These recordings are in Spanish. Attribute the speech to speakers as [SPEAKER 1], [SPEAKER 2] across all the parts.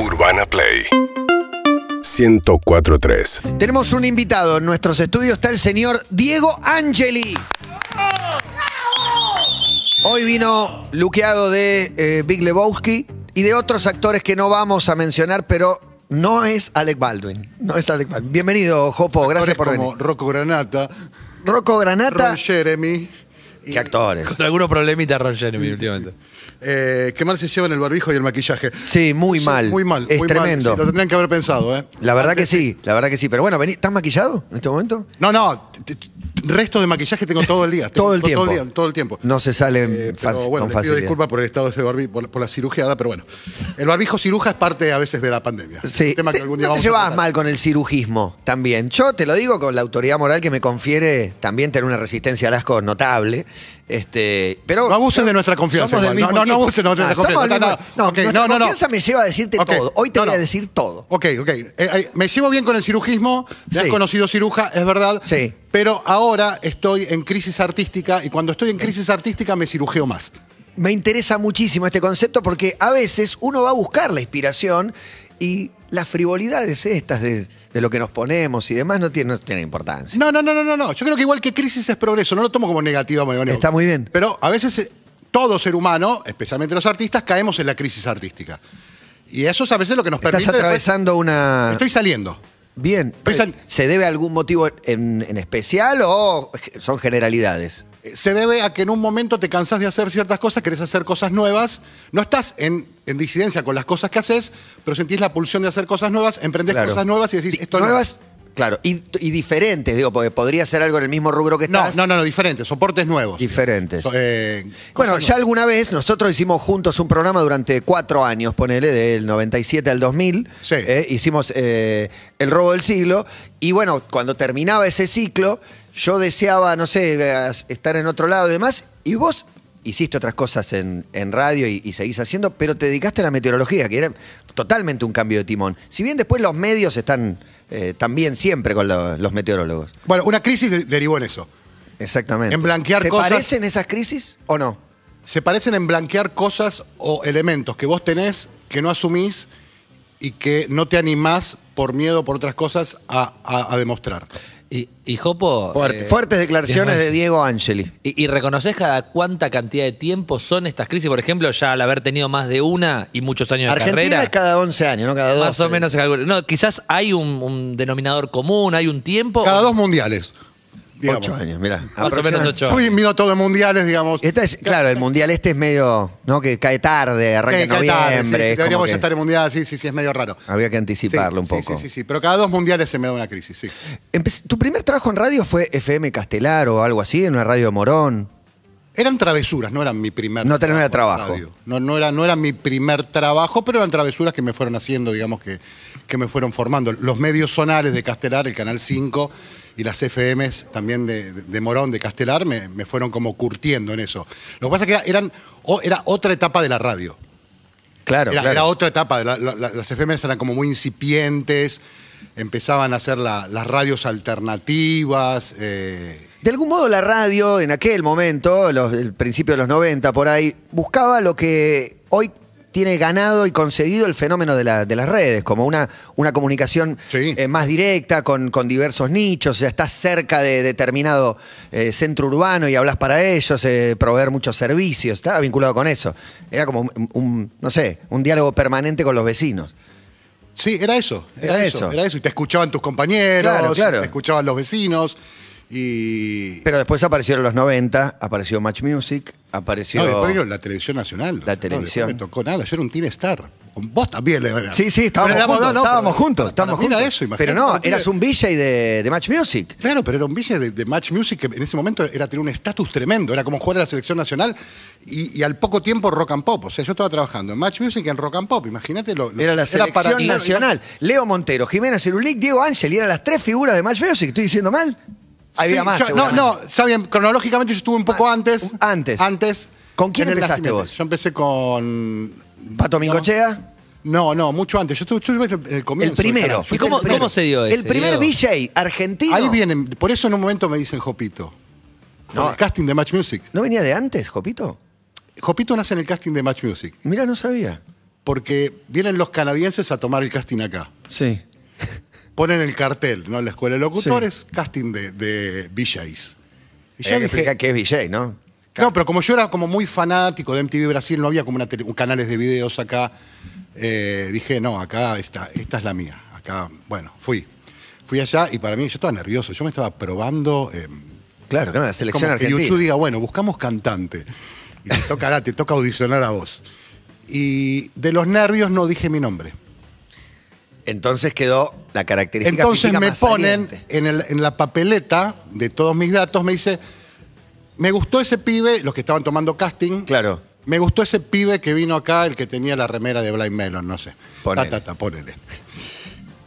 [SPEAKER 1] Urbana Play 1043.
[SPEAKER 2] Tenemos un invitado en nuestros estudios, está el señor Diego Angeli. Hoy vino luqueado de eh, Big Lebowski y de otros actores que no vamos a mencionar, pero no es Alec Baldwin. No es Alec Baldwin. Bienvenido, Jopo, gracias
[SPEAKER 3] Actores
[SPEAKER 2] por
[SPEAKER 3] como
[SPEAKER 2] venir.
[SPEAKER 3] Rocco Granata,
[SPEAKER 2] Rocco Granata.
[SPEAKER 3] Ron Jeremy. y,
[SPEAKER 2] ¿Qué actores?
[SPEAKER 4] Con algunos problemitas Ron Jeremy últimamente.
[SPEAKER 3] eh, que mal se llevan el barbijo y el maquillaje.
[SPEAKER 2] Sí, muy
[SPEAKER 3] Sí,
[SPEAKER 2] mal.
[SPEAKER 3] Muy mal.
[SPEAKER 2] Es
[SPEAKER 3] muy mal.
[SPEAKER 2] tremendo.
[SPEAKER 3] Sí, lo tendrían que haber pensado, ¿eh?
[SPEAKER 2] La verdad que sí, la verdad que sí. Pero bueno, vení, ¿estás maquillado en este momento?
[SPEAKER 3] No, no. t- t- Restos de maquillaje tengo todo el día. Tengo
[SPEAKER 2] Todo el tiempo.
[SPEAKER 3] Todo el, día, todo el tiempo.
[SPEAKER 2] No se sale
[SPEAKER 3] Eh,
[SPEAKER 2] fal-
[SPEAKER 3] pero bueno,
[SPEAKER 2] con
[SPEAKER 3] les pido
[SPEAKER 2] facilidad.
[SPEAKER 3] disculpas por el estado de ese barbijo, por, por la cirujeada, pero bueno. El barbijo ciruja es parte a veces de la pandemia.
[SPEAKER 2] Sí,
[SPEAKER 3] Un tema que
[SPEAKER 2] Te-
[SPEAKER 3] algún día
[SPEAKER 2] no te
[SPEAKER 3] vamos a
[SPEAKER 2] llevabas
[SPEAKER 3] tratar.
[SPEAKER 2] mal con el cirujismo también. Yo te lo digo con la autoridad moral que me confiere también tener una resistencia al asco notable. Este, pero
[SPEAKER 3] No abuses de nuestra confianza
[SPEAKER 2] somos del mismo
[SPEAKER 3] igual. No, no, no
[SPEAKER 2] equipo.
[SPEAKER 3] abuses de nuestra
[SPEAKER 2] Ah, somos
[SPEAKER 3] confianza.
[SPEAKER 2] del
[SPEAKER 3] No,
[SPEAKER 2] mismo-
[SPEAKER 3] no.
[SPEAKER 2] No,
[SPEAKER 3] Ok,
[SPEAKER 2] nuestra
[SPEAKER 3] no, no, no.
[SPEAKER 2] confianza me lleva a decirte
[SPEAKER 3] Ok,
[SPEAKER 2] todo. Hoy te
[SPEAKER 3] no,
[SPEAKER 2] voy a
[SPEAKER 3] no.
[SPEAKER 2] decir todo.
[SPEAKER 3] Ok, ok. Eh, eh, me llevo bien con el cirujismo, me
[SPEAKER 2] Sí.
[SPEAKER 3] has conocido ciruja, es verdad.
[SPEAKER 2] Sí.
[SPEAKER 3] Pero ahora estoy en crisis artística y cuando estoy en crisis artística me cirujeo más.
[SPEAKER 2] Me interesa muchísimo este concepto porque a veces uno va a buscar la inspiración y las frivolidades estas de, de lo que nos ponemos y demás no tienen no tienen importancia.
[SPEAKER 3] No, no, no, no, no, no. Yo creo que igual que crisis es progreso, no lo tomo como negativa, Mario.
[SPEAKER 2] Está muy bien.
[SPEAKER 3] Pero a veces eh, todo ser humano, especialmente los artistas, caemos en la crisis artística. Y eso es a veces lo que nos permite...
[SPEAKER 2] Estás
[SPEAKER 3] después-
[SPEAKER 2] atravesando una...
[SPEAKER 3] Estoy saliendo.
[SPEAKER 2] Bien. eh,
[SPEAKER 3] Estoy sal-
[SPEAKER 2] ¿Se debe a algún motivo en, en especial o ge- son generalidades?
[SPEAKER 3] Eh, se debe a que en un momento te cansás de hacer ciertas cosas, querés hacer cosas nuevas, no estás en, en disidencia con las cosas que haces, pero sentís la pulsión de hacer cosas nuevas, emprendés
[SPEAKER 2] Claro.
[SPEAKER 3] cosas nuevas y decís,
[SPEAKER 2] Di-
[SPEAKER 3] esto no-
[SPEAKER 2] nuevas, claro, y, y diferentes, digo, porque podría ser algo en el mismo rubro que
[SPEAKER 3] No,
[SPEAKER 2] estás.
[SPEAKER 3] no, no, no, diferentes, soportes nuevos.
[SPEAKER 2] Diferentes.
[SPEAKER 3] So- eh,
[SPEAKER 2] Bueno,
[SPEAKER 3] cosas
[SPEAKER 2] ya alguna vez nosotros hicimos juntos un programa durante cuatro años, ponele, del 97 al 2000.
[SPEAKER 3] Sí.
[SPEAKER 2] Eh, hicimos eh, El robo del siglo. Y bueno, cuando terminaba ese ciclo, yo deseaba, no sé, as- estar en otro lado y demás. Y vos hiciste otras cosas en, en radio y, y seguís haciendo, pero te dedicaste a la meteorología, que era totalmente un cambio de timón. Si bien después los medios están eh, también siempre con lo- los meteorólogos.
[SPEAKER 3] Bueno, una crisis de- derivó en eso.
[SPEAKER 2] Exactamente.
[SPEAKER 3] En blanquear
[SPEAKER 2] ¿Se
[SPEAKER 3] cosas-
[SPEAKER 2] parecen esas crisis o no?
[SPEAKER 3] Se parecen en blanquear cosas o elementos que vos tenés, que no asumís y que no te animás por miedo, por otras cosas, a, a- a demostrar.
[SPEAKER 4] Y, y Jopo.
[SPEAKER 2] Fuerte-
[SPEAKER 4] eh,
[SPEAKER 2] fuertes declaraciones de
[SPEAKER 4] Diego
[SPEAKER 2] Diego Angeli.
[SPEAKER 4] ¿Y, y reconoces cada cuánta cantidad de tiempo son estas crisis? Por ejemplo, ya al haber tenido más de una y muchos años
[SPEAKER 2] Argentina
[SPEAKER 4] de carrera.
[SPEAKER 2] es cada 11 años, ¿no? Cada 12.
[SPEAKER 4] más o menos. calculo. No, quizás hay un, un denominador común, hay un tiempo.
[SPEAKER 3] Cada
[SPEAKER 4] o-
[SPEAKER 3] dos mundiales.
[SPEAKER 2] 8
[SPEAKER 3] digamos.
[SPEAKER 2] Oh. años, mirá.
[SPEAKER 4] Más o menos ocho.
[SPEAKER 3] Yo mido todo en mundiales, digamos.
[SPEAKER 2] Esta es, claro, el mundial este es medio, ¿no? Que cae tarde, arranca
[SPEAKER 3] Sí,
[SPEAKER 2] en
[SPEAKER 3] cae
[SPEAKER 2] noviembre.
[SPEAKER 3] tarde, sí, sí,
[SPEAKER 2] es como
[SPEAKER 3] deberíamos
[SPEAKER 2] que
[SPEAKER 3] ya estar en mundial, sí, sí, sí, es medio raro.
[SPEAKER 2] Había que anticiparlo
[SPEAKER 3] Sí,
[SPEAKER 2] un
[SPEAKER 3] sí,
[SPEAKER 2] poco.
[SPEAKER 3] Sí, sí, sí, pero cada dos mundiales se me da una crisis, sí.
[SPEAKER 2] Empe- ¿Tu primer trabajo en radio fue FM Castelar o algo así, en una radio de Morón?
[SPEAKER 3] Eran travesuras, no eran mi primer
[SPEAKER 2] No, no era trabajo.
[SPEAKER 3] en radio. No, no, era, no era mi primer trabajo, pero eran travesuras que me fueron haciendo, digamos, que, que me fueron formando. Los medios zonales de Castelar, el Canal 5 y las FMs también de, de- de Morón, de Castelar, me, me fueron como curtiendo en eso. Lo que pasa es que era, eran, o- era otra etapa de la radio.
[SPEAKER 2] Claro,
[SPEAKER 3] Era,
[SPEAKER 2] claro.
[SPEAKER 3] era otra etapa. la- la- la- las FMs eran como muy incipientes, empezaban a hacer la- las radios alternativas. eh,
[SPEAKER 2] De algún modo la radio en aquel momento, los- el principio de los 90 por ahí, buscaba lo que hoy tiene ganado y conseguido el fenómeno de, la- de las redes, como una, una comunicación
[SPEAKER 3] Sí.
[SPEAKER 2] eh, más directa con, con diversos nichos, o sea, estás cerca de determinado eh, centro urbano y hablas para ellos, eh, proveer muchos servicios, estaba vinculado con eso. Era como un, un, no sé, un diálogo permanente con los vecinos.
[SPEAKER 3] Sí, era eso. Era,
[SPEAKER 2] Era
[SPEAKER 3] eso,
[SPEAKER 2] eso.
[SPEAKER 3] Era eso. Y te escuchaban tus compañeros,
[SPEAKER 2] Claro, claro.
[SPEAKER 3] te escuchaban los vecinos. Y.
[SPEAKER 2] Pero después aparecieron los 90, apareció Match Music, apareció...
[SPEAKER 3] no, después vino la televisión nacional. No, después
[SPEAKER 2] televisión.
[SPEAKER 3] No me tocó nada. Yo era un teen star. Con vos también, le
[SPEAKER 2] Sí, sí, estábamos
[SPEAKER 3] Pero éramos-
[SPEAKER 2] juntos.
[SPEAKER 3] no, no,
[SPEAKER 2] estábamos
[SPEAKER 3] pero-
[SPEAKER 2] juntos,
[SPEAKER 3] para-
[SPEAKER 2] estábamos
[SPEAKER 3] para mí era
[SPEAKER 2] juntos.
[SPEAKER 3] eso, imagínate.
[SPEAKER 2] pero no,
[SPEAKER 3] para mí
[SPEAKER 2] eras
[SPEAKER 3] era-
[SPEAKER 2] un VJ de, de Match Music.
[SPEAKER 3] Claro, pero era un billete de, de Match Music que en ese momento era tener un estatus tremendo. Era como jugar a la selección nacional y, y al poco tiempo rock and pop. O sea, yo estaba trabajando en Match Music y en rock and pop. Imagínate lo, lo-
[SPEAKER 2] Era la selección
[SPEAKER 3] para-
[SPEAKER 2] nacional. Leo Montero, Jimena Cerulic, Diego Ángel, y eran las tres figuras de Match Music. ¿Estoy diciendo mal? Había
[SPEAKER 3] Sí,
[SPEAKER 2] más.
[SPEAKER 3] yo- no,
[SPEAKER 2] seguramente.
[SPEAKER 3] no, saben, cronológicamente yo estuve un poco
[SPEAKER 2] Ah,
[SPEAKER 3] antes.
[SPEAKER 2] un- antes.
[SPEAKER 3] Antes.
[SPEAKER 2] ¿Con quién
[SPEAKER 3] en el
[SPEAKER 2] empezaste
[SPEAKER 3] nacimiento.
[SPEAKER 2] vos?
[SPEAKER 3] Yo empecé con.
[SPEAKER 2] Pato
[SPEAKER 3] ¿no?
[SPEAKER 2] Mingochea.
[SPEAKER 3] No, no, mucho antes. Yo estuve, yo estuve en el comienzo.
[SPEAKER 2] El primero.
[SPEAKER 3] carajo.
[SPEAKER 4] ¿Y cómo-
[SPEAKER 2] Fuiste el primero.
[SPEAKER 4] cómo se dio ese,
[SPEAKER 2] El primer
[SPEAKER 4] Diego?
[SPEAKER 2] VJ argentino.
[SPEAKER 3] Ahí vienen. Por eso en un momento me dicen Jopito.
[SPEAKER 2] No.
[SPEAKER 3] No. El casting de Match Music.
[SPEAKER 2] ¿No venía de antes, Jopito?
[SPEAKER 3] Jopito nace en el casting de Match Music.
[SPEAKER 2] Mira, no sabía.
[SPEAKER 3] porque vienen los canadienses a tomar el casting acá.
[SPEAKER 2] Sí.
[SPEAKER 3] Ponen el cartel, ¿no? En la escuela de locutores, casting de, de VJs. Y yo
[SPEAKER 2] Eh,
[SPEAKER 3] dije,
[SPEAKER 2] explica que es VJ, ¿no?
[SPEAKER 3] No, pero como yo era como muy fanático de MTV Brasil, no había como una tele- canales de videos acá. eh, dije, no, acá esta, esta es la mía. Acá, bueno, fui. Fui allá y para mí, yo estaba nervioso. Yo me estaba probando. eh,
[SPEAKER 2] Claro, claro, la
[SPEAKER 3] como
[SPEAKER 2] selección
[SPEAKER 3] que Yuchu
[SPEAKER 2] argentina.
[SPEAKER 3] diga, bueno, buscamos cantante. Y te toca, te toca audicionar a vos. Y de los nervios no dije mi nombre.
[SPEAKER 2] Entonces quedó la característica
[SPEAKER 3] Entonces
[SPEAKER 2] física
[SPEAKER 3] me
[SPEAKER 2] más
[SPEAKER 3] ponen
[SPEAKER 2] saliente.
[SPEAKER 3] en, el- en la papeleta de todos mis datos, me dice, me gustó ese pibe, los que estaban tomando casting.
[SPEAKER 2] Claro.
[SPEAKER 3] Me gustó ese pibe que vino acá, el que tenía la remera de Blind Melon, no sé.
[SPEAKER 2] Ponele.
[SPEAKER 3] Ta, ta, ta, ponele.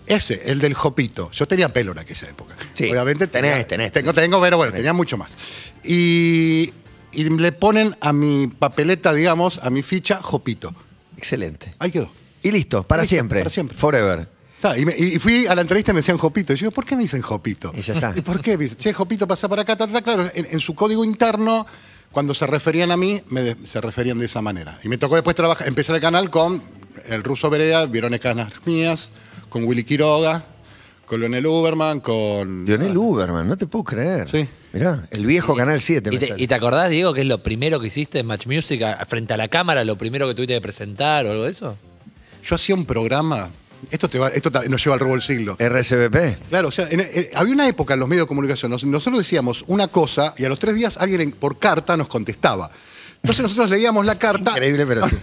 [SPEAKER 3] Ese, el del Jopito. Yo tenía pelo en aquella época.
[SPEAKER 2] Sí,
[SPEAKER 3] Obviamente
[SPEAKER 2] tenés,
[SPEAKER 3] tenía-
[SPEAKER 2] tenés,
[SPEAKER 3] Tengo,
[SPEAKER 2] tenés.
[SPEAKER 3] tengo, pero bueno, tenía mucho más. Y, y le ponen a mi papeleta, digamos, a mi ficha, Jopito.
[SPEAKER 2] Excelente.
[SPEAKER 3] Ahí quedó.
[SPEAKER 2] Y listo, para
[SPEAKER 3] Listo,
[SPEAKER 2] siempre.
[SPEAKER 3] para siempre.
[SPEAKER 2] Forever.
[SPEAKER 3] Está, Y, me- y fui a la entrevista y me decían Jopito. Y yo digo, ¿por qué me dicen Jopito?
[SPEAKER 2] Y ya está.
[SPEAKER 3] ¿Y por qué? Me dicen, che, Jopito, pasa para acá. ta, ta, ta. Claro, en, en su código interno, cuando se referían a mí, me de- se referían de esa manera. Y me tocó después trabajar, empezar el canal con el ruso Berea, Vieron Canas Mías, con Willy Quiroga, con Leonel Uberman, con...
[SPEAKER 2] Lionel Uberman, no te puedo creer.
[SPEAKER 3] Sí.
[SPEAKER 2] Mirá, el viejo Canal 7. me
[SPEAKER 4] ¿Y te,
[SPEAKER 2] sale.
[SPEAKER 4] y te acordás, Diego, que es lo primero que hiciste en Match Music a- frente a la cámara, lo primero que tuviste que presentar o algo de eso?
[SPEAKER 3] Yo hacía un programa... Esto, te va- esto ta- nos lleva al robo del siglo.
[SPEAKER 2] RSVP.
[SPEAKER 3] Claro, o sea, en- en- había una época en los medios de comunicación, nos- nosotros decíamos una cosa y a los tres días alguien en- por carta nos contestaba. Entonces nosotros leíamos la carta.
[SPEAKER 2] Increíble, pero sí.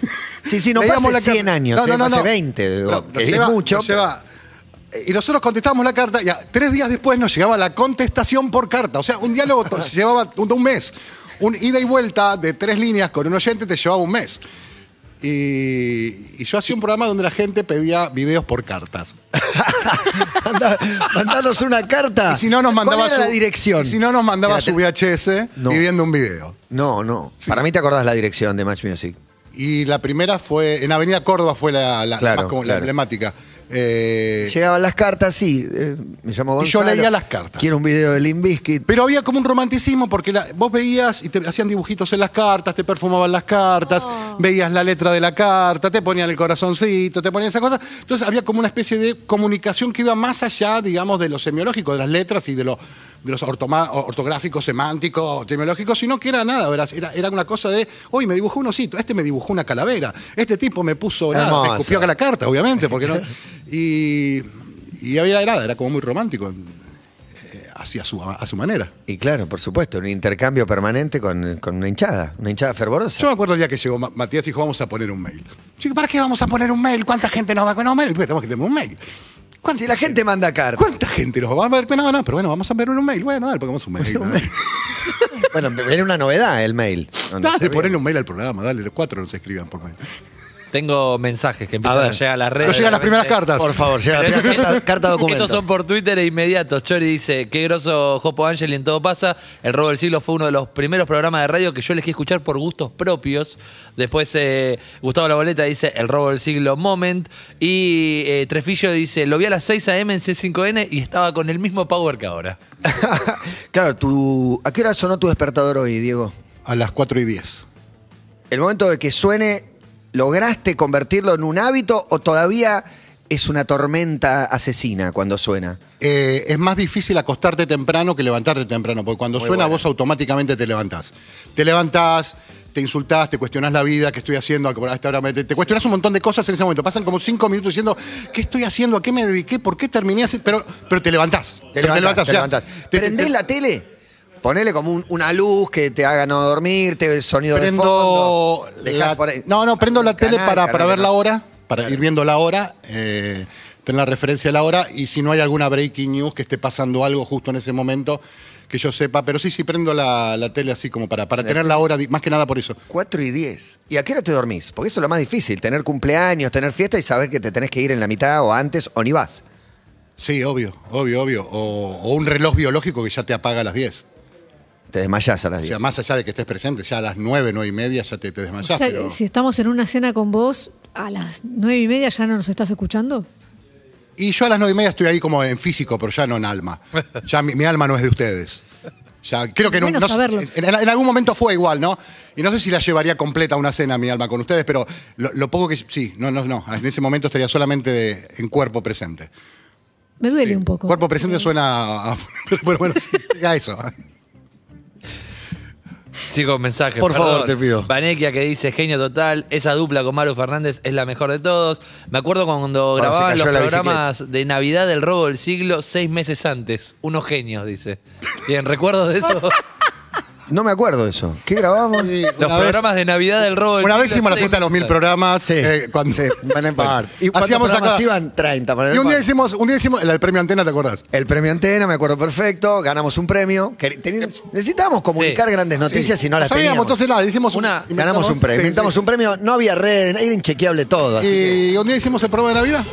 [SPEAKER 2] Sí, sí, no
[SPEAKER 3] Leíamos
[SPEAKER 2] pasa
[SPEAKER 3] la
[SPEAKER 2] 100
[SPEAKER 3] carta-
[SPEAKER 2] años, eh, pasa 20, digo,
[SPEAKER 3] No,
[SPEAKER 2] que
[SPEAKER 3] nos
[SPEAKER 2] es
[SPEAKER 3] lleva-
[SPEAKER 2] mucho,
[SPEAKER 3] nos lleva- Y nosotros contestábamos la carta y a- tres días después nos llegaba la contestación por carta. O sea, un diálogo to- se llevaba un, un mes. Un ida y vuelta de tres líneas con un oyente te llevaba un mes. Y, y yo hacía un programa donde la gente pedía videos por cartas.
[SPEAKER 2] Manda- mandanos una carta.
[SPEAKER 3] Y si no nos mandaba
[SPEAKER 2] Ah, ¿Cuál era
[SPEAKER 3] su-
[SPEAKER 2] la dirección?
[SPEAKER 3] y si no nos mandaba
[SPEAKER 2] Mira,
[SPEAKER 3] su
[SPEAKER 2] te-
[SPEAKER 3] VHS
[SPEAKER 2] No.
[SPEAKER 3] pidiendo un video.
[SPEAKER 2] No, no. Para mí te acordás la dirección de Match Music.
[SPEAKER 3] Y la primera fue, en Avenida Córdoba fue la, la-
[SPEAKER 2] Claro,
[SPEAKER 3] más como la
[SPEAKER 2] claro.
[SPEAKER 3] emblemática. Eh,
[SPEAKER 2] Llegaban las cartas, sí. eh, me llamó
[SPEAKER 3] Y yo
[SPEAKER 2] Gonzalo.
[SPEAKER 3] leía las cartas.
[SPEAKER 2] Quiero un video de Limp Bizkit.
[SPEAKER 3] pero había como un romanticismo porque la- vos veías y te hacían dibujitos en las cartas, te perfumaban las cartas, veías la letra de la carta, te ponían el corazoncito, te ponían esas cosas. Entonces había como una especie de comunicación que iba más allá, digamos, de lo semiológico, de las letras y de, lo- de los ortoma- ortográficos, semánticos, semiológicos, sino que era nada, ¿verdad? Era, era una cosa de, uy, me dibujó un osito, este me dibujó una calavera, este tipo me puso, nada, me
[SPEAKER 2] Hermoso.
[SPEAKER 3] escupió acá la carta, obviamente, porque no... Y, y había nada, era como muy romántico, eh, hacia su, a su manera.
[SPEAKER 2] Y claro, por supuesto, un intercambio permanente con, con una hinchada, una hinchada fervorosa.
[SPEAKER 3] Yo me acuerdo el día que llegó Ma- Matías dijo, vamos a poner un mail. Yo dije, ¿para qué vamos a poner un mail? ¿Cuánta gente nos va a poner un mail? Pero tenemos que tener un mail. ¿Cuánta,
[SPEAKER 2] si la gente manda cartas.
[SPEAKER 3] ¿Cuánta gente nos va a ver? No, no, pero bueno, vamos a poner un mail. Bueno, dale, pongamos un mail. ¿no?
[SPEAKER 2] Bueno, era una novedad el mail. donde
[SPEAKER 3] Dale,
[SPEAKER 2] se ve.
[SPEAKER 3] ponerle un mail al programa, dale, los cuatro nos escriban por mail.
[SPEAKER 4] Tengo mensajes que empiezan
[SPEAKER 2] A
[SPEAKER 4] a,
[SPEAKER 2] ver.
[SPEAKER 4] llegar a las redes.
[SPEAKER 3] Nos llegan las
[SPEAKER 4] de repente.
[SPEAKER 3] primeras cartas.
[SPEAKER 2] Eh, Por favor, llega la
[SPEAKER 4] Pero-
[SPEAKER 2] carta, carta documento.
[SPEAKER 4] Estos son por Twitter e inmediatos. Chori dice, qué groso Jopo Ángel y en todo pasa. El Robo del Siglo fue uno de los primeros programas de radio que yo elegí escuchar por gustos propios. Después eh, Gustavo La Boleta dice, El Robo del Siglo Moment. Y eh, Trefillo dice, lo vi a las 6 a.m. en C5N y estaba con el mismo power que ahora.
[SPEAKER 2] claro, tu, ¿a qué hora sonó tu despertador hoy, Diego?
[SPEAKER 3] A las 4 y 10.
[SPEAKER 2] El momento de que suene, ¿lograste convertirlo en un hábito o todavía es una tormenta asesina cuando suena?
[SPEAKER 3] Eh, es más difícil acostarte temprano que levantarte temprano, porque cuando suena
[SPEAKER 2] buena.
[SPEAKER 3] vos automáticamente te levantás. Te levantás, te insultás, te cuestionás la vida, qué estoy haciendo, a esta hora me- te, te cuestionás un montón de cosas en ese momento. Pasan como cinco minutos diciendo, ¿qué estoy haciendo? ¿A qué me dediqué? ¿Por qué terminé así? Pero, pero te levantás.
[SPEAKER 2] Te
[SPEAKER 3] Pero
[SPEAKER 2] levantás, te
[SPEAKER 3] o sea,
[SPEAKER 2] levantás.
[SPEAKER 3] te-
[SPEAKER 2] ¿Prendés
[SPEAKER 3] te-
[SPEAKER 2] la tele? Ponele como un- una luz que te haga no dormir, te sonido de
[SPEAKER 3] prendo
[SPEAKER 2] fondo.
[SPEAKER 3] la-
[SPEAKER 2] dejás por ahí-
[SPEAKER 3] no, no, prendo la
[SPEAKER 2] Canal,
[SPEAKER 3] tele para, para
[SPEAKER 2] canal,
[SPEAKER 3] ver la
[SPEAKER 2] canal.
[SPEAKER 3] hora, para ir viendo la hora, eh, tener la referencia a la hora y si no hay alguna breaking news que esté pasando algo justo en ese momento que yo sepa, pero sí, sí prendo la, la tele así como para, para tener la hora, di- más que nada por eso.
[SPEAKER 2] 4 y 10. ¿Y a qué hora te dormís? Porque eso es lo más difícil, tener cumpleaños, tener fiesta y saber que te tenés que ir en la mitad o antes o ni vas.
[SPEAKER 3] Sí, obvio, obvio, obvio. O, o un reloj biológico que ya te apaga a las 10.
[SPEAKER 2] Te desmayás a las
[SPEAKER 3] O
[SPEAKER 2] 10.
[SPEAKER 3] sea, más allá de que estés presente, ya a las 9, 9 y media ya te, te
[SPEAKER 1] O
[SPEAKER 3] desmayás.
[SPEAKER 1] sea,
[SPEAKER 3] pero-
[SPEAKER 1] si estamos en una cena con vos, a las nueve y media ya no nos estás escuchando.
[SPEAKER 3] Y yo a las 9 y media estoy ahí como en físico, pero ya no en alma. Ya mi, mi alma no es de ustedes. Ya, creo que en un-
[SPEAKER 1] Bueno
[SPEAKER 3] no sé-
[SPEAKER 1] saberlo.
[SPEAKER 3] en, en- en algún momento fue igual, ¿no? Y no sé si la llevaría completa a una cena, mi alma, con ustedes, pero lo, lo poco que. Sí, no, no, no. En ese momento estaría solamente de- en cuerpo presente.
[SPEAKER 1] Me duele un poco.
[SPEAKER 3] Cuerpo presente suena a. a- pero bueno, sí, a eso.
[SPEAKER 4] Sigo con mensajes.
[SPEAKER 2] Por
[SPEAKER 4] perdón.
[SPEAKER 2] favor, te pido.
[SPEAKER 4] Vanequia que dice, genio total, esa dupla con Maru Fernández es la mejor de todos. Me acuerdo cuando
[SPEAKER 2] Bueno, se
[SPEAKER 4] grababan
[SPEAKER 2] cayó
[SPEAKER 4] los
[SPEAKER 2] la
[SPEAKER 4] programas de Navidad del robo del siglo seis meses antes. Unos genios, dice. Bien, ¿recuerdos de eso?
[SPEAKER 2] No me acuerdo de eso. ¿Qué grabamos?
[SPEAKER 4] los
[SPEAKER 3] Una vez-
[SPEAKER 4] programas de Navidad del robo del
[SPEAKER 3] Una vez
[SPEAKER 4] siglo
[SPEAKER 3] hicimos la
[SPEAKER 4] seis
[SPEAKER 3] fiesta de los mil
[SPEAKER 4] meses
[SPEAKER 3] programas.
[SPEAKER 2] Sí,
[SPEAKER 3] eh, cuando,
[SPEAKER 2] sí, van en par. ¿Y cuántos
[SPEAKER 3] Hacíamos
[SPEAKER 2] programas
[SPEAKER 3] acá.
[SPEAKER 2] iban? 30. para
[SPEAKER 3] Y un día
[SPEAKER 2] par.
[SPEAKER 3] hicimos, un día hicimos el, el premio Antena, ¿te acordás?
[SPEAKER 2] El premio Antena, me acuerdo perfecto, ganamos un premio. Quer- teni- Necesitábamos comunicar
[SPEAKER 4] Sí.
[SPEAKER 2] grandes noticias
[SPEAKER 3] Sí.
[SPEAKER 2] y no las
[SPEAKER 3] No sabíamos,
[SPEAKER 2] teníamos.
[SPEAKER 3] entonces nada, dijimos
[SPEAKER 4] Una-
[SPEAKER 3] inventamos-
[SPEAKER 2] ganamos un premio,
[SPEAKER 3] Sí, sí.
[SPEAKER 2] inventamos un premio, no había red, era inchequeable todo, así que-
[SPEAKER 3] Y un día hicimos el programa de Navidad.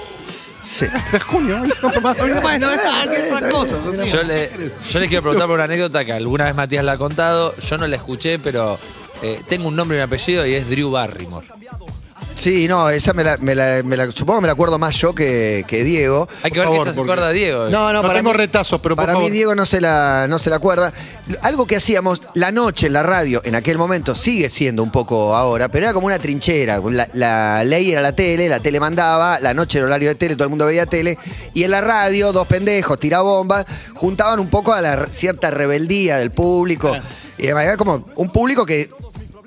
[SPEAKER 2] sí.
[SPEAKER 3] Era junio. bueno, esas cosas. o sea.
[SPEAKER 4] Yo, le- yo les quiero preguntar por una anécdota que alguna vez Matías la ha contado. Yo no la escuché, pero eh, tengo un nombre y un apellido y es Drew Barrymore.
[SPEAKER 2] Sí, no, esa me la, me la- me la- supongo que me la acuerdo más yo que, que Diego.
[SPEAKER 4] Hay que ver
[SPEAKER 3] favor,
[SPEAKER 4] que se
[SPEAKER 3] porque-
[SPEAKER 4] acuerda Diego. eh.
[SPEAKER 2] No, no,
[SPEAKER 3] No
[SPEAKER 2] para
[SPEAKER 3] tengo
[SPEAKER 2] mí-
[SPEAKER 3] retazos, pero por
[SPEAKER 2] para
[SPEAKER 3] favor.
[SPEAKER 2] mí Diego no se la no se la acuerda. Algo que hacíamos la noche en la radio en aquel momento sigue siendo un poco ahora, pero era como una trinchera. La, la ley era la tele, la tele mandaba, la noche era horario de tele, todo el mundo veía tele y en la radio dos pendejos tirabombas juntaban un poco a la re- cierta rebeldía del público y de manera como un público que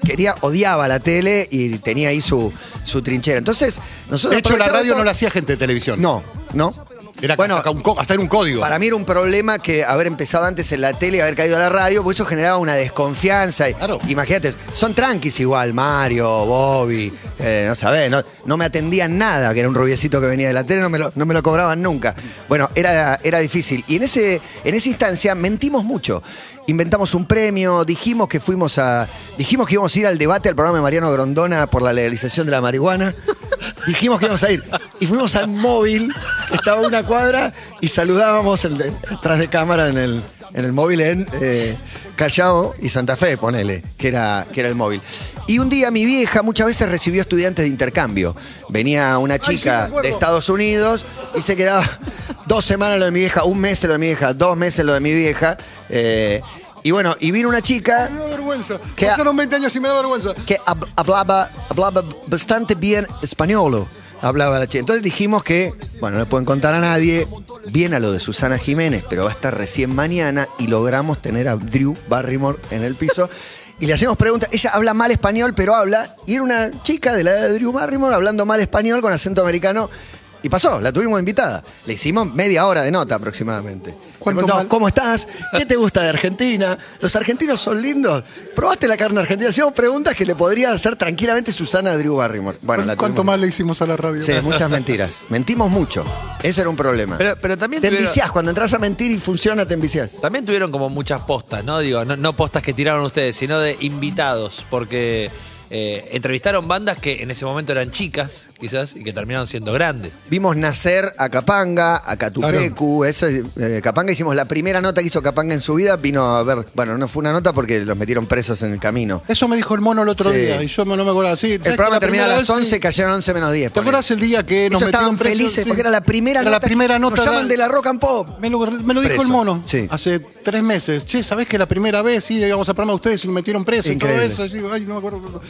[SPEAKER 2] quería odiaba la tele y tenía ahí su, su trinchera. Entonces, nosotros
[SPEAKER 3] De hecho, la
[SPEAKER 2] aprovechamos
[SPEAKER 3] radio
[SPEAKER 2] todo-
[SPEAKER 3] no la hacía gente de televisión.
[SPEAKER 2] no, no.
[SPEAKER 3] Era bueno, hasta, un co- hasta era un código.
[SPEAKER 2] Para mí era un problema que haber empezado antes en la tele y haber caído a la radio, porque eso generaba una desconfianza. Y-
[SPEAKER 3] Claro.
[SPEAKER 2] Imagínate, son tranquis igual, Mario, Bobby, eh, no sabés, no, no me atendían nada, que era un rubiecito que venía de la tele, no me lo, no me lo cobraban nunca. Bueno, era, era difícil. Y en, ese, en esa instancia mentimos mucho. Inventamos un premio, dijimos que fuimos a. Dijimos que íbamos a ir al debate al programa de Mariano Grondona por la legalización de la marihuana. Dijimos que íbamos a ir. Y fuimos al móvil, que estaba a una cuadra, y saludábamos el de- tras de cámara en el, en el móvil en eh, Callao y Santa Fe, ponele, que era, que era el móvil. Y un día mi vieja muchas veces recibió estudiantes de intercambio. Venía una chica de Estados Unidos y se quedaba dos semanas lo de mi vieja, un mes lo de mi vieja, dos meses lo de mi vieja. eh, y bueno, y vino una chica
[SPEAKER 3] Me da vergüenza.
[SPEAKER 2] ¿Qué?
[SPEAKER 3] Pasaron 20 años y me da vergüenza.
[SPEAKER 2] que hab- hablaba, hablaba bastante bien español. Hablaba la chica. Entonces dijimos que, bueno, no le pueden contar a nadie, viene a lo de Susana Jiménez, pero va a estar recién mañana y logramos tener a Drew Barrymore en el piso. Y le hacemos preguntas. Ella habla mal español, pero habla. Y era una chica de la edad de Drew Barrymore hablando mal español con acento americano. Y pasó, la tuvimos invitada. Le hicimos media hora de nota aproximadamente. Le
[SPEAKER 3] ¿Cuánto
[SPEAKER 2] preguntamos,
[SPEAKER 3] mal?
[SPEAKER 2] ¿Cómo estás? ¿Qué te gusta de Argentina? ¿Los argentinos son lindos? ¿Probaste la carne argentina? Hacíamos preguntas que le podría hacer tranquilamente Susana a Drew Barrymore. Bueno, la
[SPEAKER 3] ¿Cuánto
[SPEAKER 2] tuvimos-
[SPEAKER 3] más le hicimos a la radio?
[SPEAKER 2] Sí, muchas mentiras. Mentimos mucho. Ese era un problema.
[SPEAKER 4] Pero- pero también
[SPEAKER 2] Te
[SPEAKER 4] tuvieron-
[SPEAKER 2] enviciás. Cuando entras a mentir y funciona, te enviciás.
[SPEAKER 4] También tuvieron como muchas postas, ¿no? Digo, no, no postas que tiraron ustedes, sino de invitados, porque eh, entrevistaron bandas que en ese momento eran chicas, quizás, y que terminaron siendo grandes.
[SPEAKER 2] Vimos nacer a Capanga, a Catupecu. Eso, eh, Capanga hicimos la primera nota que hizo Capanga en su vida. Vino a ver. Bueno, no fue una nota porque los metieron presos en el camino.
[SPEAKER 3] Eso me dijo el mono el otro
[SPEAKER 2] Sí.
[SPEAKER 3] día y yo no me acuerdo. Sí, ¿sabes
[SPEAKER 2] El
[SPEAKER 3] que
[SPEAKER 2] programa
[SPEAKER 3] la
[SPEAKER 2] termina a
[SPEAKER 3] primera
[SPEAKER 2] las
[SPEAKER 3] vez
[SPEAKER 2] 11,
[SPEAKER 3] sí?
[SPEAKER 2] cayeron 11 menos 10.
[SPEAKER 3] ¿Te acuerdas el día que
[SPEAKER 2] Ellos
[SPEAKER 3] nos
[SPEAKER 2] estaban
[SPEAKER 3] metieron presos?
[SPEAKER 2] felices
[SPEAKER 3] Sí.
[SPEAKER 2] porque era la primera
[SPEAKER 3] Era la
[SPEAKER 2] nota.
[SPEAKER 3] primera
[SPEAKER 2] Nos
[SPEAKER 3] nota,
[SPEAKER 2] llaman
[SPEAKER 3] la-
[SPEAKER 2] de la rock and pop.
[SPEAKER 3] Me lo, me lo dijo
[SPEAKER 2] Preso.
[SPEAKER 3] el mono
[SPEAKER 2] Sí.
[SPEAKER 3] hace tres meses. Che, ¿sabés que la primera vez sí íbamos al programa de ustedes y me metieron preso y
[SPEAKER 2] Increíble.
[SPEAKER 3] todo eso? Sí, ay, no me acuerdo.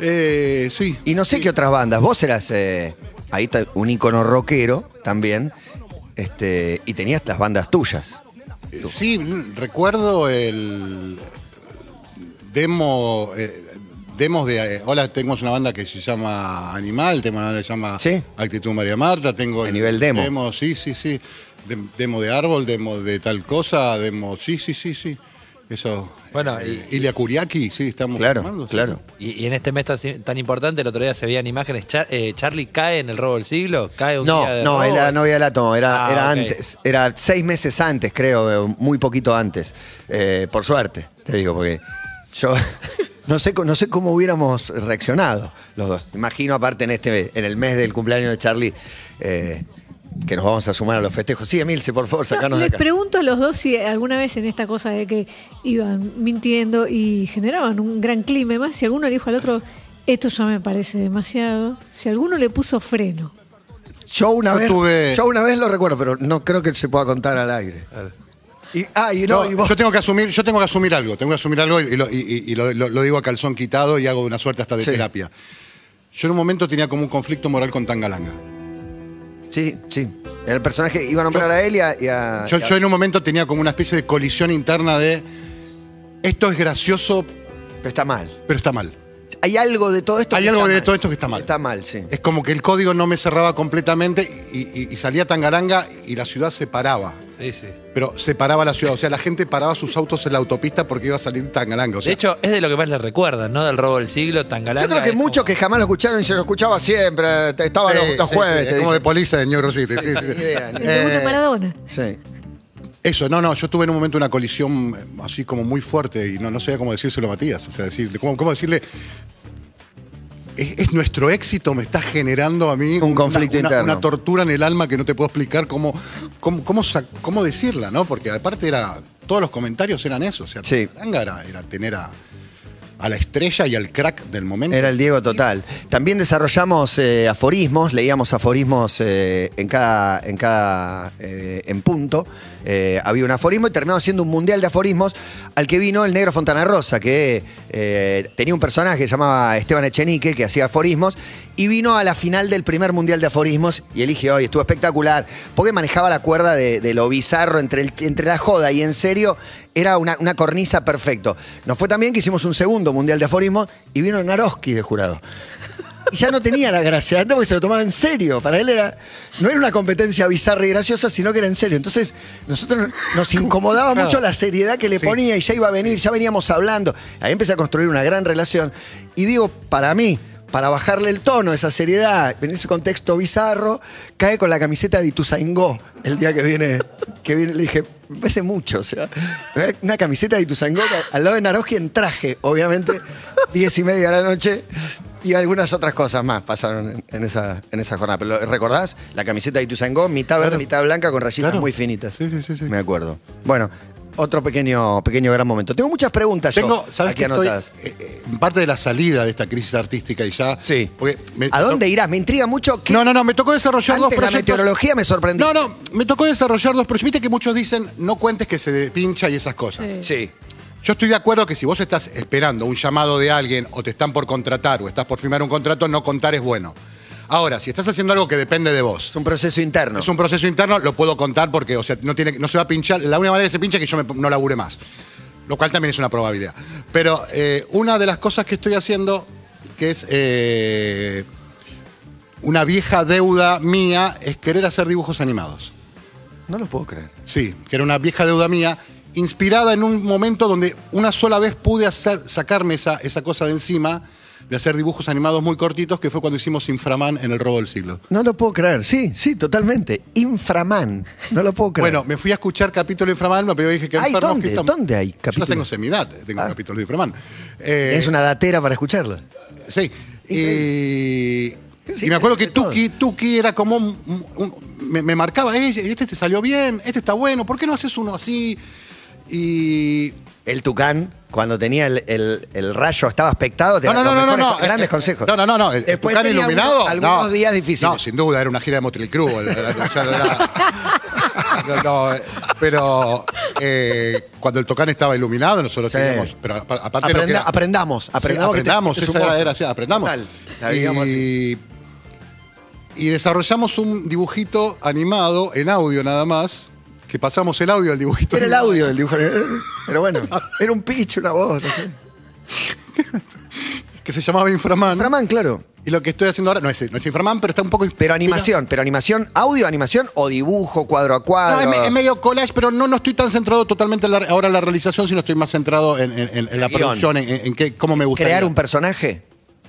[SPEAKER 3] Eh, sí.
[SPEAKER 2] Y no sé qué otras bandas. Vos eras eh, ahí está, un ícono rockero también. Este, y tenías las bandas tuyas.
[SPEAKER 3] Eh, Sí, recuerdo el demo. eh, Demos de. eh, hola, tenemos una banda que se llama Animal, tenemos una banda que se llama
[SPEAKER 2] Sí.
[SPEAKER 3] Actitud María Marta, tengo.
[SPEAKER 2] A
[SPEAKER 3] el
[SPEAKER 2] nivel demo.
[SPEAKER 3] sí, sí, sí. Dem- demo de árbol, demo de tal cosa, demo. Sí, sí, sí, sí. Eso.
[SPEAKER 4] Bueno,
[SPEAKER 3] eh, Ilia Kuriaki, sí, estamos.
[SPEAKER 2] Claro,
[SPEAKER 3] formando, sí.
[SPEAKER 2] claro.
[SPEAKER 4] Y, y en este mes tan, tan importante, el otro día se veían imágenes, Char- eh, Charlie cae en el robo del siglo, cae un día
[SPEAKER 2] No,
[SPEAKER 4] de
[SPEAKER 2] no,
[SPEAKER 4] robo.
[SPEAKER 2] era novia del átomo, era,
[SPEAKER 4] Ah,
[SPEAKER 2] era
[SPEAKER 4] ok.
[SPEAKER 2] antes, era seis meses antes, creo, eh, muy poquito antes. Eh, por suerte, te digo, porque yo no sé, co- no sé cómo hubiéramos reaccionado los dos. Imagino, aparte, en este, en el mes del cumpleaños de Charlie, eh, que nos vamos a sumar a los festejos. Sí, Emilce, por favor, sacanos de
[SPEAKER 1] Les
[SPEAKER 2] acá.
[SPEAKER 1] pregunto a los dos si alguna vez en esta cosa de que iban mintiendo y generaban un gran clima, y más si alguno le dijo al otro, esto ya me parece demasiado, si alguno le puso freno.
[SPEAKER 2] Yo una
[SPEAKER 3] Yo
[SPEAKER 2] vez,
[SPEAKER 3] tuve-
[SPEAKER 2] yo una vez lo recuerdo, pero no creo que se pueda contar al aire. Y, ah, y no,
[SPEAKER 3] No,
[SPEAKER 2] y vos.
[SPEAKER 3] yo tengo que asumir, yo tengo que asumir algo, tengo que asumir algo y, y lo, y- y lo- lo- lo digo a calzón quitado y hago una suerte hasta de
[SPEAKER 2] Sí.
[SPEAKER 3] terapia. Yo en un momento tenía como un conflicto moral con Tangalanga.
[SPEAKER 2] Sí, sí. El personaje iba a nombrar a él y a. y a-
[SPEAKER 3] Yo,
[SPEAKER 2] y a-
[SPEAKER 3] yo en un momento tenía como una especie de colisión interna de esto es gracioso,
[SPEAKER 2] Pero está mal.
[SPEAKER 3] pero está mal.
[SPEAKER 2] Hay algo de todo esto
[SPEAKER 3] Hay
[SPEAKER 2] que
[SPEAKER 3] algo
[SPEAKER 2] está
[SPEAKER 3] de
[SPEAKER 2] mal.
[SPEAKER 3] todo esto que está mal.
[SPEAKER 2] Está mal, sí.
[SPEAKER 3] Es como que el código no me cerraba completamente y, y- y salía Tangalanga y la ciudad se paraba.
[SPEAKER 4] Sí, sí.
[SPEAKER 3] Pero se paraba la ciudad, o sea, la gente paraba sus autos en la autopista porque iba a salir Tangalanga. O sea,
[SPEAKER 4] de hecho, es de lo que más le recuerdan, ¿no? Del robo del siglo, Tangalanga.
[SPEAKER 2] Yo creo que
[SPEAKER 4] es como- ah,
[SPEAKER 2] muchos que jamás lo escucharon y se lo escuchaba siempre. te- Estaba
[SPEAKER 3] sí,
[SPEAKER 2] los, los
[SPEAKER 3] sí,
[SPEAKER 2] jueves.
[SPEAKER 3] sí,
[SPEAKER 2] te
[SPEAKER 3] es como de
[SPEAKER 2] dicen.
[SPEAKER 3] poliza de New York City, sí, sí, Eh, sí.
[SPEAKER 2] Ni idea, ni
[SPEAKER 1] El debut de Maradona.
[SPEAKER 2] Sí.
[SPEAKER 3] Eso, no, no, yo tuve en un momento una colisión eh, así como muy fuerte y no, no sabía cómo decírselo a Matías. O sea, decirle, ¿cómo, cómo decirle? Es, es nuestro éxito, me está generando a mí
[SPEAKER 2] Un conflicto
[SPEAKER 3] una,
[SPEAKER 2] interno.
[SPEAKER 3] una tortura en el alma que no te puedo explicar cómo, cómo, cómo, sa- cómo decirla, ¿no? Porque aparte era. Todos los comentarios eran eso. O sea,
[SPEAKER 2] Sí.
[SPEAKER 3] Tanga era, era tener a, a la estrella y al crack del momento.
[SPEAKER 2] Era el Diego total. También desarrollamos eh, aforismos, leíamos aforismos eh, en cada, en cada eh, en punto. Eh, había un aforismo y terminamos siendo un mundial de aforismos al que vino el negro Fontana Rosa, que eh, tenía un personaje que se llamaba Esteban Echenique, que hacía aforismos, y vino a la final del primer mundial de aforismos y elige hoy, estuvo espectacular, porque manejaba la cuerda de, de lo bizarro entre, el- entre la joda y en serio, era una, una cornisa perfecto. Nos fue también que hicimos un segundo mundial de aforismos y vino Naroski de jurado. Y ya no tenía la gracia, antes porque se lo tomaba en serio. Para él era. No era una competencia bizarra y graciosa, sino que era en serio. Entonces, nosotros nos incomodaba mucho la seriedad que le
[SPEAKER 3] Sí.
[SPEAKER 2] ponía y ya iba a venir, ya veníamos hablando. Ahí empecé a construir una gran relación. Y digo, para mí, para bajarle el tono, esa seriedad, en ese contexto bizarro, cae con la camiseta de Ituzaingó el día que viene. Que viene le dije, me parece mucho. O sea, "Eh, una camiseta de Ituzaingó que- al lado de Naroski en traje, obviamente, diez y media de la noche. Y algunas otras cosas más pasaron en, en esa, en esa jornada. Pero ¿lo- ¿recordás? La camiseta de Ituzaingó, mitad verde,
[SPEAKER 3] Claro.
[SPEAKER 2] mitad blanca, con rayitas
[SPEAKER 3] Claro.
[SPEAKER 2] muy finitas.
[SPEAKER 3] Sí, sí, sí, sí.
[SPEAKER 2] Me acuerdo. Bueno, otro pequeño, pequeño gran momento. Tengo muchas preguntas
[SPEAKER 3] Tengo,
[SPEAKER 2] yo
[SPEAKER 3] ¿sabes
[SPEAKER 2] aquí
[SPEAKER 3] qué? Estoy,
[SPEAKER 2] anotadas.
[SPEAKER 3] eh, eh, parte de la salida de esta crisis artística y ya.
[SPEAKER 2] Sí.
[SPEAKER 3] porque me-
[SPEAKER 2] ¿A dónde irás? Me intriga mucho que
[SPEAKER 3] No, no, no, me tocó desarrollar
[SPEAKER 2] antes
[SPEAKER 3] dos
[SPEAKER 2] la
[SPEAKER 3] proyectos.
[SPEAKER 2] meteorología me sorprendió.
[SPEAKER 3] No, no, me tocó desarrollar dos proyectos. Viste que muchos dicen, no cuentes que se pincha y esas cosas.
[SPEAKER 1] Sí.
[SPEAKER 2] Sí.
[SPEAKER 3] Yo estoy de acuerdo que si vos estás esperando un llamado de alguien o te están por contratar o estás por firmar un contrato, no contar es bueno. Ahora, si estás haciendo algo que depende de vos,
[SPEAKER 2] Es un proceso interno.
[SPEAKER 3] es un proceso interno, lo puedo contar porque, o sea, no, tiene, no se va a pinchar. La única manera que se pincha es que yo me- no labure más. Lo cual también es una probabilidad. Pero eh, una de las cosas que estoy haciendo, que es eh, una vieja deuda mía, es querer hacer dibujos animados.
[SPEAKER 2] No lo puedo creer.
[SPEAKER 3] Sí, que era una vieja deuda mía, inspirada en un momento donde una sola vez pude hacer- sacarme esa, esa cosa de encima, de hacer dibujos animados muy cortitos, que fue cuando hicimos Inframan en el robo del siglo.
[SPEAKER 2] No lo puedo creer. Sí, sí, totalmente. Inframan. No lo puedo creer.
[SPEAKER 3] Bueno, me fui a escuchar capítulo de Inframan, pero dije que
[SPEAKER 2] Ay,
[SPEAKER 3] enfermos
[SPEAKER 2] ¿dónde?
[SPEAKER 3] que están-
[SPEAKER 2] ¿Dónde hay
[SPEAKER 3] Yo no
[SPEAKER 2] capítulo?
[SPEAKER 3] tengo semidad, tengo
[SPEAKER 2] Ah.
[SPEAKER 3] un capítulo de Inframan. Eh,
[SPEAKER 2] es una datera para escucharlo.
[SPEAKER 3] Sí. Y,
[SPEAKER 2] Sí,
[SPEAKER 3] y me acuerdo que
[SPEAKER 2] de todo.
[SPEAKER 3] Tuki, Tuki era como. un- un- me, me marcaba, "Eh, este te salió bien, este está bueno, ¿por qué no haces uno así? Y
[SPEAKER 2] El Tucán, cuando tenía el, el- el rayo, estaba expectado. te
[SPEAKER 3] No, no,
[SPEAKER 2] daba
[SPEAKER 3] no,
[SPEAKER 2] los
[SPEAKER 3] no,
[SPEAKER 2] mejores-
[SPEAKER 3] no, no.
[SPEAKER 2] Grandes
[SPEAKER 3] Eh,
[SPEAKER 2] consejos.
[SPEAKER 3] No, no, no, no. El
[SPEAKER 2] Después
[SPEAKER 3] Tucán
[SPEAKER 2] tenía
[SPEAKER 3] iluminado.
[SPEAKER 2] algunos- algunos
[SPEAKER 3] no.
[SPEAKER 2] días difíciles.
[SPEAKER 3] No, sin duda, era una gira de Motley Crue. el- el- el- ya era- No, no, eh, pero eh, cuando el Tucán estaba iluminado, nosotros
[SPEAKER 2] Sí.
[SPEAKER 3] teníamos. Pero apa- aparte
[SPEAKER 2] Aprenda-
[SPEAKER 3] lo que era-
[SPEAKER 2] aprendamos,
[SPEAKER 3] Sí,
[SPEAKER 2] aprendamos que te-
[SPEAKER 3] aprendamos,
[SPEAKER 2] es un
[SPEAKER 3] esa era-
[SPEAKER 2] monstruo.
[SPEAKER 3] era así, aprendamos.
[SPEAKER 2] Total, la digamos
[SPEAKER 3] y, y desarrollamos un dibujito animado en audio nada más, que pasamos el audio al dibujito.
[SPEAKER 2] Era el
[SPEAKER 3] animado.
[SPEAKER 2] audio del dibujo. Pero bueno, era un pitch, una voz, no sé.
[SPEAKER 3] Que se llamaba Inframan.
[SPEAKER 2] Inframan, claro.
[SPEAKER 3] Y lo que estoy haciendo ahora no es, no es Inframan, pero está un poco.
[SPEAKER 2] Pero animación, pero animación, audio, animación o dibujo, cuadro a
[SPEAKER 3] No, es,
[SPEAKER 2] cuadro.
[SPEAKER 3] me- es medio collage, pero no, no estoy tan centrado totalmente en la- ahora en la realización, sino estoy más centrado en, en- en- en la
[SPEAKER 2] Guión.
[SPEAKER 3] producción, en, en- en qué- cómo me gusta.
[SPEAKER 2] Crear un personaje.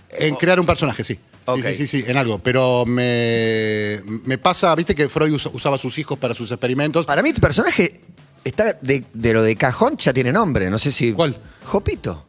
[SPEAKER 3] En crear un personaje, sí. Sí,
[SPEAKER 2] Ok.
[SPEAKER 3] Sí, sí, sí, en algo. Pero me, me pasa, viste que Freud usa- usaba sus hijos para sus experimentos.
[SPEAKER 2] Para mí tu personaje está de, de lo de cajón ya tiene nombre, no sé si.
[SPEAKER 3] ¿Cuál?
[SPEAKER 2] Jopito.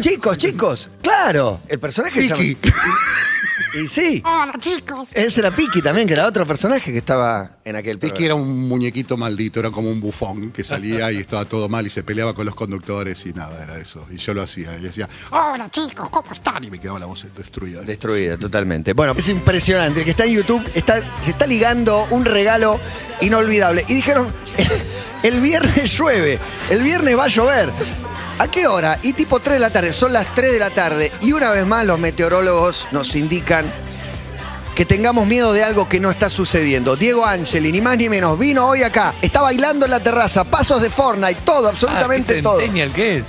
[SPEAKER 2] Chicos, chicos, claro. El personaje se llama-
[SPEAKER 3] Piki.
[SPEAKER 2] Y sí.
[SPEAKER 5] Hola chicos.
[SPEAKER 2] Ese era Piki también, que era otro personaje que estaba en aquel
[SPEAKER 3] Es
[SPEAKER 2] programa.
[SPEAKER 3] que era un muñequito maldito, era como un bufón que salía y estaba todo mal y se peleaba con los conductores y nada, era eso. Y yo lo hacía. Y decía,
[SPEAKER 5] Hola chicos, ¿cómo están?
[SPEAKER 3] y me quedaba la voz destruida.
[SPEAKER 2] Destruida, totalmente. Bueno, es impresionante. El que está en YouTube está, se está ligando un regalo inolvidable. Y dijeron, El viernes llueve, el viernes va a llover. ¿A qué hora? Y tipo 3 de la tarde, son las 3 de la tarde. Y una vez más los meteorólogos nos indican que tengamos miedo de algo que no está sucediendo. Diego Angeli, ni más ni menos, vino hoy acá, está bailando en la terraza, pasos de Fortnite, todo, absolutamente todo.
[SPEAKER 4] Centennial, ¿qué es?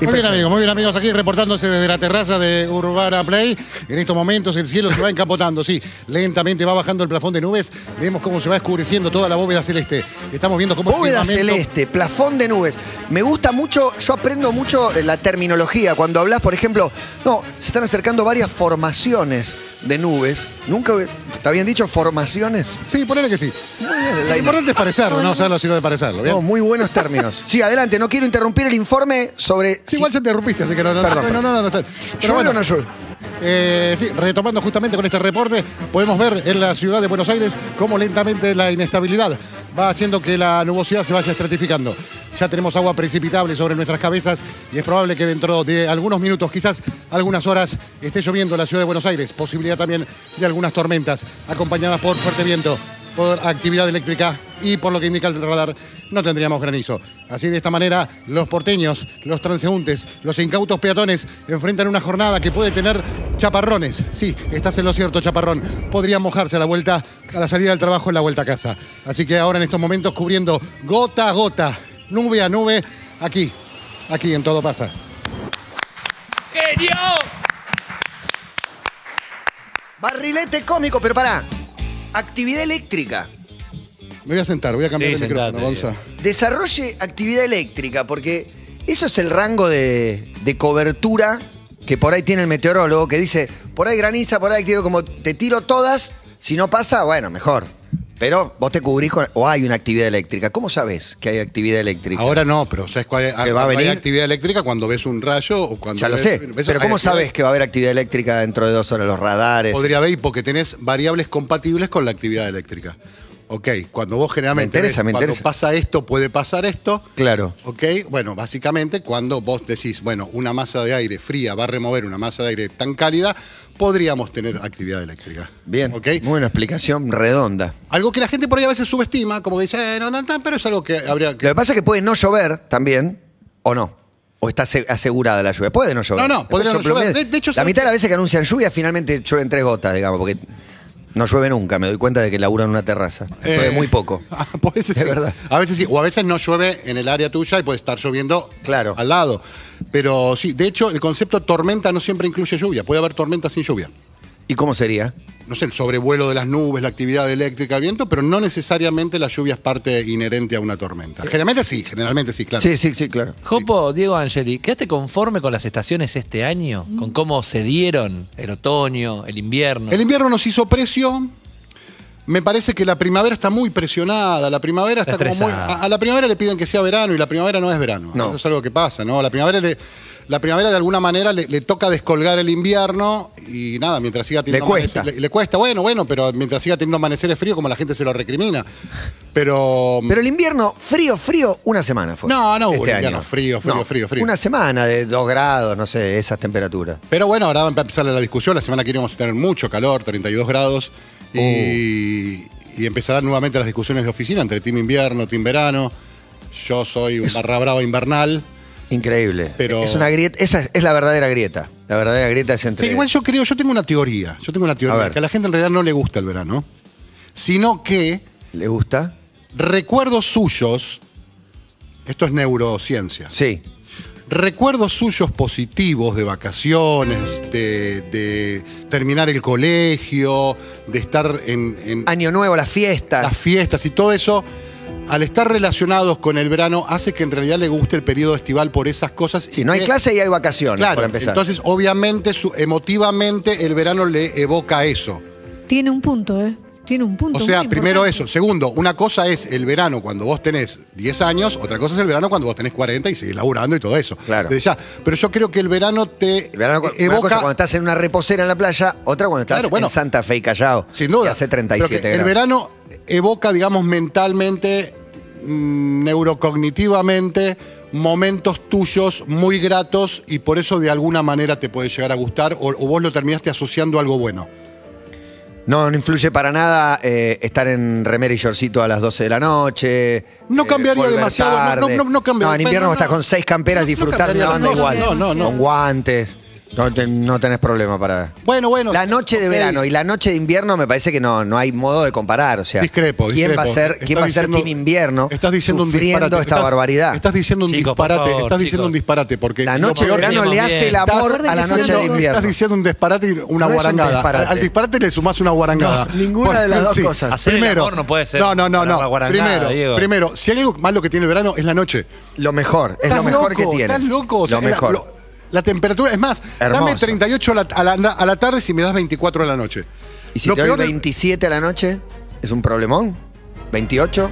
[SPEAKER 2] Y
[SPEAKER 6] Muy bien,
[SPEAKER 2] persona.
[SPEAKER 6] amigos, muy bien, amigos. Aquí reportándose desde la terraza de Urbana Play. En estos momentos el cielo se va encapotando, sí. Lentamente va bajando el plafón de nubes. Vemos cómo se va oscureciendo toda la bóveda celeste. Estamos viendo cómo el
[SPEAKER 2] Bóveda
[SPEAKER 6] firmamento-
[SPEAKER 2] celeste, plafón de nubes. Me gusta mucho, yo aprendo mucho eh, la terminología. Cuando hablas, por ejemplo, no, se están acercando varias formaciones de nubes. Nunca, hub- ¿está bien dicho? Formaciones.
[SPEAKER 6] Sí, ponele que sí.
[SPEAKER 2] bien,
[SPEAKER 6] Lo
[SPEAKER 2] Laila.
[SPEAKER 6] importante es parecerlo, no usarlo sino de parecerlo. ¿bien?
[SPEAKER 2] No, muy buenos términos. Sí, adelante, no quiero interrumpir el informe sobre.
[SPEAKER 6] Sí, igual se interrumpiste, así que no, no,
[SPEAKER 2] Perdón,
[SPEAKER 6] no, no, no, no está.
[SPEAKER 2] ¿Llueve o no llueve?
[SPEAKER 6] Eh, sí, retomando justamente con este reporte, podemos ver en la ciudad de Buenos Aires cómo lentamente la inestabilidad va haciendo que la nubosidad se vaya estratificando. Ya tenemos agua precipitable sobre nuestras cabezas y es probable que dentro de algunos minutos, quizás algunas horas, esté lloviendo en la ciudad de Buenos Aires. Posibilidad también de algunas tormentas acompañadas por fuerte viento, por actividad eléctrica y por lo que indica el radar, no tendríamos granizo. Así de esta manera, los porteños, los transeúntes, los incautos peatones enfrentan una jornada que puede tener chaparrones. Sí, estás en lo cierto, chaparrón. Podrían mojarse a la vuelta, a la salida del trabajo, en la vuelta a casa. Así que ahora en estos momentos cubriendo gota a gota, nube a nube, aquí, aquí en todo pasa.
[SPEAKER 4] ¡Genio!
[SPEAKER 2] Barrilete cómico, pero pará. Actividad eléctrica.
[SPEAKER 6] Me voy a sentar, voy a cambiar
[SPEAKER 4] Sí,
[SPEAKER 6] el micrófono,
[SPEAKER 4] sentate,
[SPEAKER 6] Gonza.
[SPEAKER 2] Desarrolle actividad eléctrica, porque eso es el rango de, de cobertura que por ahí tiene el meteorólogo, que dice, por ahí graniza, por ahí activo, como te tiro todas, si no pasa, bueno, mejor. Pero vos te cubrís con, o hay una actividad eléctrica. ¿Cómo sabés que hay actividad eléctrica?
[SPEAKER 3] Ahora no, pero ¿sabes cuál
[SPEAKER 2] ¿Que va a
[SPEAKER 3] cuando hay
[SPEAKER 2] venir?
[SPEAKER 3] actividad eléctrica cuando ves un rayo o cuando
[SPEAKER 2] ya lo
[SPEAKER 3] ves-
[SPEAKER 2] sé,
[SPEAKER 3] ves-
[SPEAKER 2] pero
[SPEAKER 3] hay
[SPEAKER 2] ¿cómo
[SPEAKER 3] actividad-
[SPEAKER 2] sabés que va a haber actividad eléctrica dentro de dos horas? Los radares.
[SPEAKER 3] Podría haber y porque tenés variables compatibles con la actividad eléctrica. Ok, cuando vos
[SPEAKER 2] Me
[SPEAKER 3] generalmente
[SPEAKER 2] interesa,
[SPEAKER 3] ves,
[SPEAKER 2] me
[SPEAKER 3] cuando
[SPEAKER 2] interesa.
[SPEAKER 3] pasa esto, puede pasar esto.
[SPEAKER 2] Claro.
[SPEAKER 3] Ok, bueno, básicamente cuando vos decís, bueno, una masa de aire fría va a remover una masa de aire tan cálida, podríamos tener actividad eléctrica.
[SPEAKER 2] Bien,
[SPEAKER 3] Ok.
[SPEAKER 2] muy buena explicación redonda.
[SPEAKER 3] Algo que la gente por ahí a veces subestima, como que dice, eh, no, no, no, pero es algo que habría que.
[SPEAKER 2] Lo que pasa es que puede no llover también, o no. O está ase- asegurada la lluvia. Puede no llover.
[SPEAKER 3] No, no, podría no
[SPEAKER 2] Después sopla
[SPEAKER 3] llover.
[SPEAKER 2] humedad.
[SPEAKER 3] De- de hecho,
[SPEAKER 2] la
[SPEAKER 3] ¿sabes
[SPEAKER 2] mitad de
[SPEAKER 3] qué?
[SPEAKER 2] las veces que anuncian lluvia, finalmente llueven tres gotas, digamos, porque no llueve nunca. Me doy cuenta de que laburan en una terraza. Llueve
[SPEAKER 3] Eh,
[SPEAKER 2] muy poco.
[SPEAKER 3] Ah, por eso
[SPEAKER 2] Es
[SPEAKER 3] sí.
[SPEAKER 2] verdad.
[SPEAKER 3] A veces sí. O a veces no llueve en el área tuya y puede estar lloviendo
[SPEAKER 2] Claro.
[SPEAKER 3] al lado. Pero sí, de hecho, el concepto tormenta no siempre incluye lluvia. Puede haber tormenta sin lluvia.
[SPEAKER 2] ¿Y cómo sería?
[SPEAKER 3] No sé, el sobrevuelo de las nubes, la actividad eléctrica, el viento, pero no necesariamente la lluvia es parte inherente a una tormenta. Generalmente sí, generalmente sí, claro.
[SPEAKER 2] Eh, Sí, sí, sí, claro.
[SPEAKER 4] Jopo, Diego Angeli, ¿quedaste conforme con las estaciones este año? ¿Con cómo se dieron el otoño, el invierno?
[SPEAKER 3] El invierno nos hizo precio. Me parece que la primavera está muy presionada. La primavera está,
[SPEAKER 4] Está
[SPEAKER 3] como muy.
[SPEAKER 4] estresada.
[SPEAKER 3] A, a la primavera le piden que sea verano y la primavera no es verano.
[SPEAKER 2] No.
[SPEAKER 3] Eso es algo que pasa, ¿no? La primavera, le- la primavera de alguna manera le, le toca descolgar el invierno y nada, mientras siga teniendo.
[SPEAKER 2] Le cuesta.
[SPEAKER 3] amaneceres- Le, le cuesta, bueno, bueno, pero mientras siga teniendo amaneceres fríos, como la gente se lo recrimina. Pero.
[SPEAKER 2] Pero el invierno, frío, frío, una semana fue.
[SPEAKER 3] Mm. No, no hubo
[SPEAKER 2] este
[SPEAKER 3] invierno,
[SPEAKER 2] año.
[SPEAKER 3] frío, frío,
[SPEAKER 2] No,
[SPEAKER 3] frío, frío.
[SPEAKER 2] Una semana de dos grados, no sé, esas temperaturas.
[SPEAKER 3] Pero bueno, ahora va a empezar la discusión. La semana que viene vamos a tener mucho calor, 32 grados. Y, y empezarán nuevamente las discusiones de oficina entre Team Invierno, Team Verano. Yo soy un barra brava invernal.
[SPEAKER 2] Increíble.
[SPEAKER 3] Pero-
[SPEAKER 2] Es una grieta, esa es, es la verdadera grieta. La verdadera grieta es entre.
[SPEAKER 3] Sí, igual yo creo, yo tengo una teoría. Yo tengo una
[SPEAKER 2] A
[SPEAKER 3] teoría.
[SPEAKER 2] ver.
[SPEAKER 3] Que a la gente en realidad no le gusta el verano. Sino que
[SPEAKER 2] ¿Le gusta?
[SPEAKER 3] recuerdos suyos. Esto es neurociencia.
[SPEAKER 2] Sí.
[SPEAKER 3] recuerdos suyos positivos de vacaciones, de, de terminar el colegio, de estar en, en
[SPEAKER 2] Año nuevo, las fiestas.
[SPEAKER 3] las fiestas y todo eso, al estar relacionados con el verano, hace que en realidad le guste el periodo estival por esas cosas.
[SPEAKER 2] Sí,
[SPEAKER 3] y
[SPEAKER 2] no hay
[SPEAKER 3] que-
[SPEAKER 2] clase y hay vacaciones,
[SPEAKER 3] Eh, Claro,
[SPEAKER 2] para empezar.
[SPEAKER 3] entonces obviamente su- emotivamente el verano le evoca eso.
[SPEAKER 1] Tiene un punto, ¿eh? Tiene un punto.
[SPEAKER 3] O sea,
[SPEAKER 1] muy
[SPEAKER 3] primero
[SPEAKER 1] importante.
[SPEAKER 3] eso. Segundo, una cosa es el verano cuando vos tenés 10 años, otra cosa es el verano cuando vos tenés 40 y seguís laburando y todo eso.
[SPEAKER 2] Claro.
[SPEAKER 3] Desde ya. Pero yo creo que el verano te
[SPEAKER 2] El verano, una
[SPEAKER 3] eh, evoca.
[SPEAKER 2] cosa cuando estás en una reposera en la playa, otra cuando estás
[SPEAKER 3] Claro, bueno.
[SPEAKER 2] en Santa Fe y Callao.
[SPEAKER 3] sin duda.
[SPEAKER 2] que hace
[SPEAKER 3] Pero
[SPEAKER 2] 37
[SPEAKER 3] que
[SPEAKER 2] grados.
[SPEAKER 3] El verano evoca, digamos, mentalmente, mm, neurocognitivamente, momentos tuyos muy gratos y por eso de alguna manera te puede llegar a gustar o, o vos lo terminaste asociando a algo bueno.
[SPEAKER 2] No, no influye para nada eh, estar en remera y shortcito a las 12 de la noche.
[SPEAKER 3] No
[SPEAKER 2] eh,
[SPEAKER 3] cambiaría
[SPEAKER 2] volver
[SPEAKER 3] demasiado, no-
[SPEAKER 2] tarde.
[SPEAKER 3] no- no- no cambia-
[SPEAKER 2] en invierno
[SPEAKER 3] no,
[SPEAKER 2] estás
[SPEAKER 3] no.
[SPEAKER 2] con seis camperas
[SPEAKER 3] No, no
[SPEAKER 2] disfrutando de
[SPEAKER 3] cambiaría
[SPEAKER 2] la banda
[SPEAKER 1] las
[SPEAKER 2] igual.
[SPEAKER 1] cosas, no, no, no.
[SPEAKER 2] Con guantes. No, te- no tenés problema para.
[SPEAKER 3] Bueno, bueno.
[SPEAKER 2] La noche de
[SPEAKER 3] ok.
[SPEAKER 2] verano y la noche de invierno me parece que no, no hay modo de comparar. O sea,
[SPEAKER 3] Discrepo,
[SPEAKER 2] ¿quién
[SPEAKER 3] discrepo.
[SPEAKER 2] va a ser,
[SPEAKER 3] Estás
[SPEAKER 2] quién va a ser
[SPEAKER 3] diciendo-
[SPEAKER 2] team invierno
[SPEAKER 3] Estás diciendo un
[SPEAKER 2] sufriendo
[SPEAKER 3] disparate.
[SPEAKER 2] esta
[SPEAKER 3] Estás-
[SPEAKER 2] barbaridad?
[SPEAKER 3] Estás diciendo un
[SPEAKER 4] Chicos, por
[SPEAKER 3] disparate.
[SPEAKER 4] favor,
[SPEAKER 3] estás diciendo
[SPEAKER 4] chicos.
[SPEAKER 3] un disparate porque
[SPEAKER 2] la
[SPEAKER 3] lo
[SPEAKER 2] noche de
[SPEAKER 3] peor-
[SPEAKER 2] verano le
[SPEAKER 4] Estás-
[SPEAKER 2] hace el amor a la
[SPEAKER 1] Estás
[SPEAKER 2] noche de
[SPEAKER 1] diciendo-
[SPEAKER 2] invierno.
[SPEAKER 3] Estás diciendo un disparate y una
[SPEAKER 2] No es un
[SPEAKER 3] guarangada.
[SPEAKER 2] disparate.
[SPEAKER 3] Al disparate le sumás una guarangada.
[SPEAKER 2] No, ninguna de las dos cosas.
[SPEAKER 4] Hacer el amor no puede ser
[SPEAKER 3] No, no, no,
[SPEAKER 4] una
[SPEAKER 3] no.
[SPEAKER 4] guarangada,
[SPEAKER 3] Primero,
[SPEAKER 4] Diego.
[SPEAKER 3] primero, si hay algo malo que tiene el verano es la noche.
[SPEAKER 2] Lo mejor, es
[SPEAKER 3] Estás
[SPEAKER 2] lo mejor que
[SPEAKER 3] loco,
[SPEAKER 2] tiene.
[SPEAKER 3] Estás loco. o sea,
[SPEAKER 2] Lo
[SPEAKER 3] la-
[SPEAKER 2] mejor.
[SPEAKER 3] lo- La temperatura, es más, dame
[SPEAKER 2] Hermoso.
[SPEAKER 3] 38 a la, a la- a la tarde si me das 24 a la noche.
[SPEAKER 2] ¿Y si
[SPEAKER 3] Lo
[SPEAKER 2] te doy
[SPEAKER 3] peor es-
[SPEAKER 2] 27 a la noche? ¿Es un problemón? ¿28?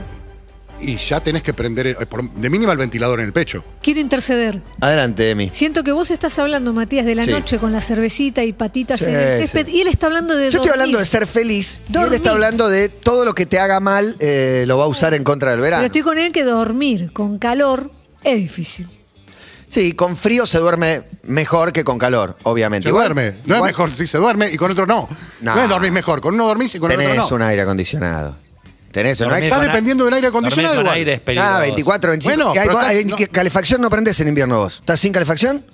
[SPEAKER 3] Y ya tenés que prender, eh, por- de mínima el ventilador en el pecho.
[SPEAKER 1] Quiero interceder.
[SPEAKER 2] Adelante, Emi.
[SPEAKER 1] Siento que vos estás hablando, Matías, de la
[SPEAKER 2] Sí.
[SPEAKER 1] noche con la cervecita y patitas
[SPEAKER 2] Sí,
[SPEAKER 1] en el césped.
[SPEAKER 2] sí.
[SPEAKER 1] Y él está hablando de.
[SPEAKER 2] Yo estoy
[SPEAKER 1] dormir.
[SPEAKER 2] hablando de ser feliz y él
[SPEAKER 1] Dormir.
[SPEAKER 2] está hablando de todo lo que te haga mal eh, lo va a usar en contra del
[SPEAKER 1] Pero
[SPEAKER 2] verano.
[SPEAKER 1] estoy con él que dormir con calor es difícil.
[SPEAKER 2] Sí, con frío se duerme mejor que con calor, obviamente.
[SPEAKER 3] Se
[SPEAKER 2] Igual-
[SPEAKER 3] duerme. No es
[SPEAKER 2] igual
[SPEAKER 3] mejor si se duerme y con otro no. No,
[SPEAKER 2] No.
[SPEAKER 3] es dormís mejor. Con uno dormís y con
[SPEAKER 2] Tenés
[SPEAKER 3] el otro no.
[SPEAKER 2] un aire acondicionado. Tenés un
[SPEAKER 4] Dormir
[SPEAKER 2] aire
[SPEAKER 3] Está
[SPEAKER 4] con a-
[SPEAKER 3] dependiendo del aire acondicionado
[SPEAKER 4] dormir con
[SPEAKER 3] igual.
[SPEAKER 4] aire es peligroso.
[SPEAKER 2] Ah, 24, 25.
[SPEAKER 3] Bueno,
[SPEAKER 2] Que hay-
[SPEAKER 3] pero
[SPEAKER 2] hay-
[SPEAKER 3] estás-
[SPEAKER 2] que- calefacción no prendes en invierno vos. ¿Estás sin calefacción?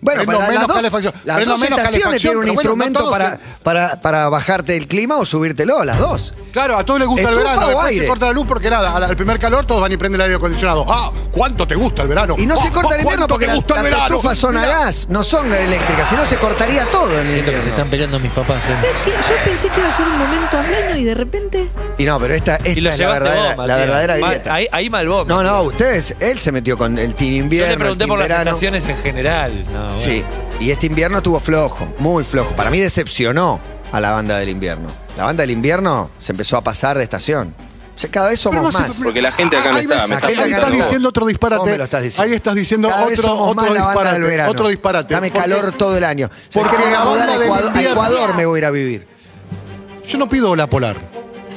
[SPEAKER 2] Bueno,
[SPEAKER 3] Prendo
[SPEAKER 2] para
[SPEAKER 3] menos
[SPEAKER 2] las dos,
[SPEAKER 3] calefacción.
[SPEAKER 2] las
[SPEAKER 3] Prendo
[SPEAKER 2] dos
[SPEAKER 3] menos
[SPEAKER 2] estaciones
[SPEAKER 3] calefacción,
[SPEAKER 2] tienen un
[SPEAKER 3] pero bueno,
[SPEAKER 2] instrumento
[SPEAKER 3] no todos
[SPEAKER 2] para, para, para bajarte el clima o subírtelo, las dos.
[SPEAKER 3] Claro, a todos les gusta el
[SPEAKER 2] Estufa
[SPEAKER 3] verano.
[SPEAKER 2] o
[SPEAKER 3] Después se
[SPEAKER 2] aire.
[SPEAKER 3] corta la luz porque nada, al- al primer calor todos van y prenden el aire acondicionado. Ah, ¿cuánto te gusta el verano?
[SPEAKER 2] Y no se
[SPEAKER 3] Ah,
[SPEAKER 2] corta el
[SPEAKER 3] ¿cuánto
[SPEAKER 2] invierno porque
[SPEAKER 3] te
[SPEAKER 2] las,
[SPEAKER 3] gusta el
[SPEAKER 2] las
[SPEAKER 3] verano?
[SPEAKER 2] estufas son a
[SPEAKER 3] Mirá.
[SPEAKER 2] gas, no son eléctricas, si no se cortaría todo en el
[SPEAKER 4] Siento que se
[SPEAKER 2] invierno.
[SPEAKER 4] están peleando mis papás. ¿eh?
[SPEAKER 1] ¿Sabes qué? Yo pensé que iba a ser un momento ameno y de repente.
[SPEAKER 2] Y no, pero esta, esta
[SPEAKER 4] Y lo
[SPEAKER 2] es la
[SPEAKER 4] llevaste
[SPEAKER 2] verdadera,
[SPEAKER 4] vos, Matías.
[SPEAKER 2] la verdadera
[SPEAKER 4] Ma-
[SPEAKER 2] grieta.
[SPEAKER 4] Ahí, ahí mal vos.
[SPEAKER 2] no,
[SPEAKER 4] Matías.
[SPEAKER 2] no, ustedes, él se metió con el team
[SPEAKER 4] Yo
[SPEAKER 2] invierno.
[SPEAKER 4] te pregunté
[SPEAKER 2] el team
[SPEAKER 4] por las
[SPEAKER 2] verano.
[SPEAKER 4] estaciones en general. No, Ah, bueno.
[SPEAKER 2] Sí, y este invierno estuvo flojo, muy flojo. Para mí decepcionó a la banda del invierno. La banda del invierno se empezó a pasar de estación. O sea, cada vez somos
[SPEAKER 3] Pero no se-
[SPEAKER 2] más.
[SPEAKER 7] Porque la gente acá no
[SPEAKER 3] Ahí ves,
[SPEAKER 7] está. Me
[SPEAKER 2] está
[SPEAKER 3] ahí
[SPEAKER 2] atacando
[SPEAKER 3] estás
[SPEAKER 2] vos.
[SPEAKER 3] diciendo otro
[SPEAKER 2] Vos
[SPEAKER 3] disparate.
[SPEAKER 2] me lo estás diciendo.
[SPEAKER 3] Ahí estás diciendo
[SPEAKER 2] Cada vez
[SPEAKER 3] otro,
[SPEAKER 2] somos más
[SPEAKER 3] otro
[SPEAKER 2] la banda del
[SPEAKER 3] disparate.
[SPEAKER 2] verano.
[SPEAKER 3] Otro disparate.
[SPEAKER 2] Dame
[SPEAKER 3] Porque
[SPEAKER 2] calor todo el año.
[SPEAKER 3] porque
[SPEAKER 2] Porque me voy
[SPEAKER 3] la
[SPEAKER 2] a mudar a
[SPEAKER 3] banda del
[SPEAKER 2] Ecuador, a
[SPEAKER 3] invierno-
[SPEAKER 2] Ecuador me voy a ir a vivir.
[SPEAKER 3] Yo no pido la polar.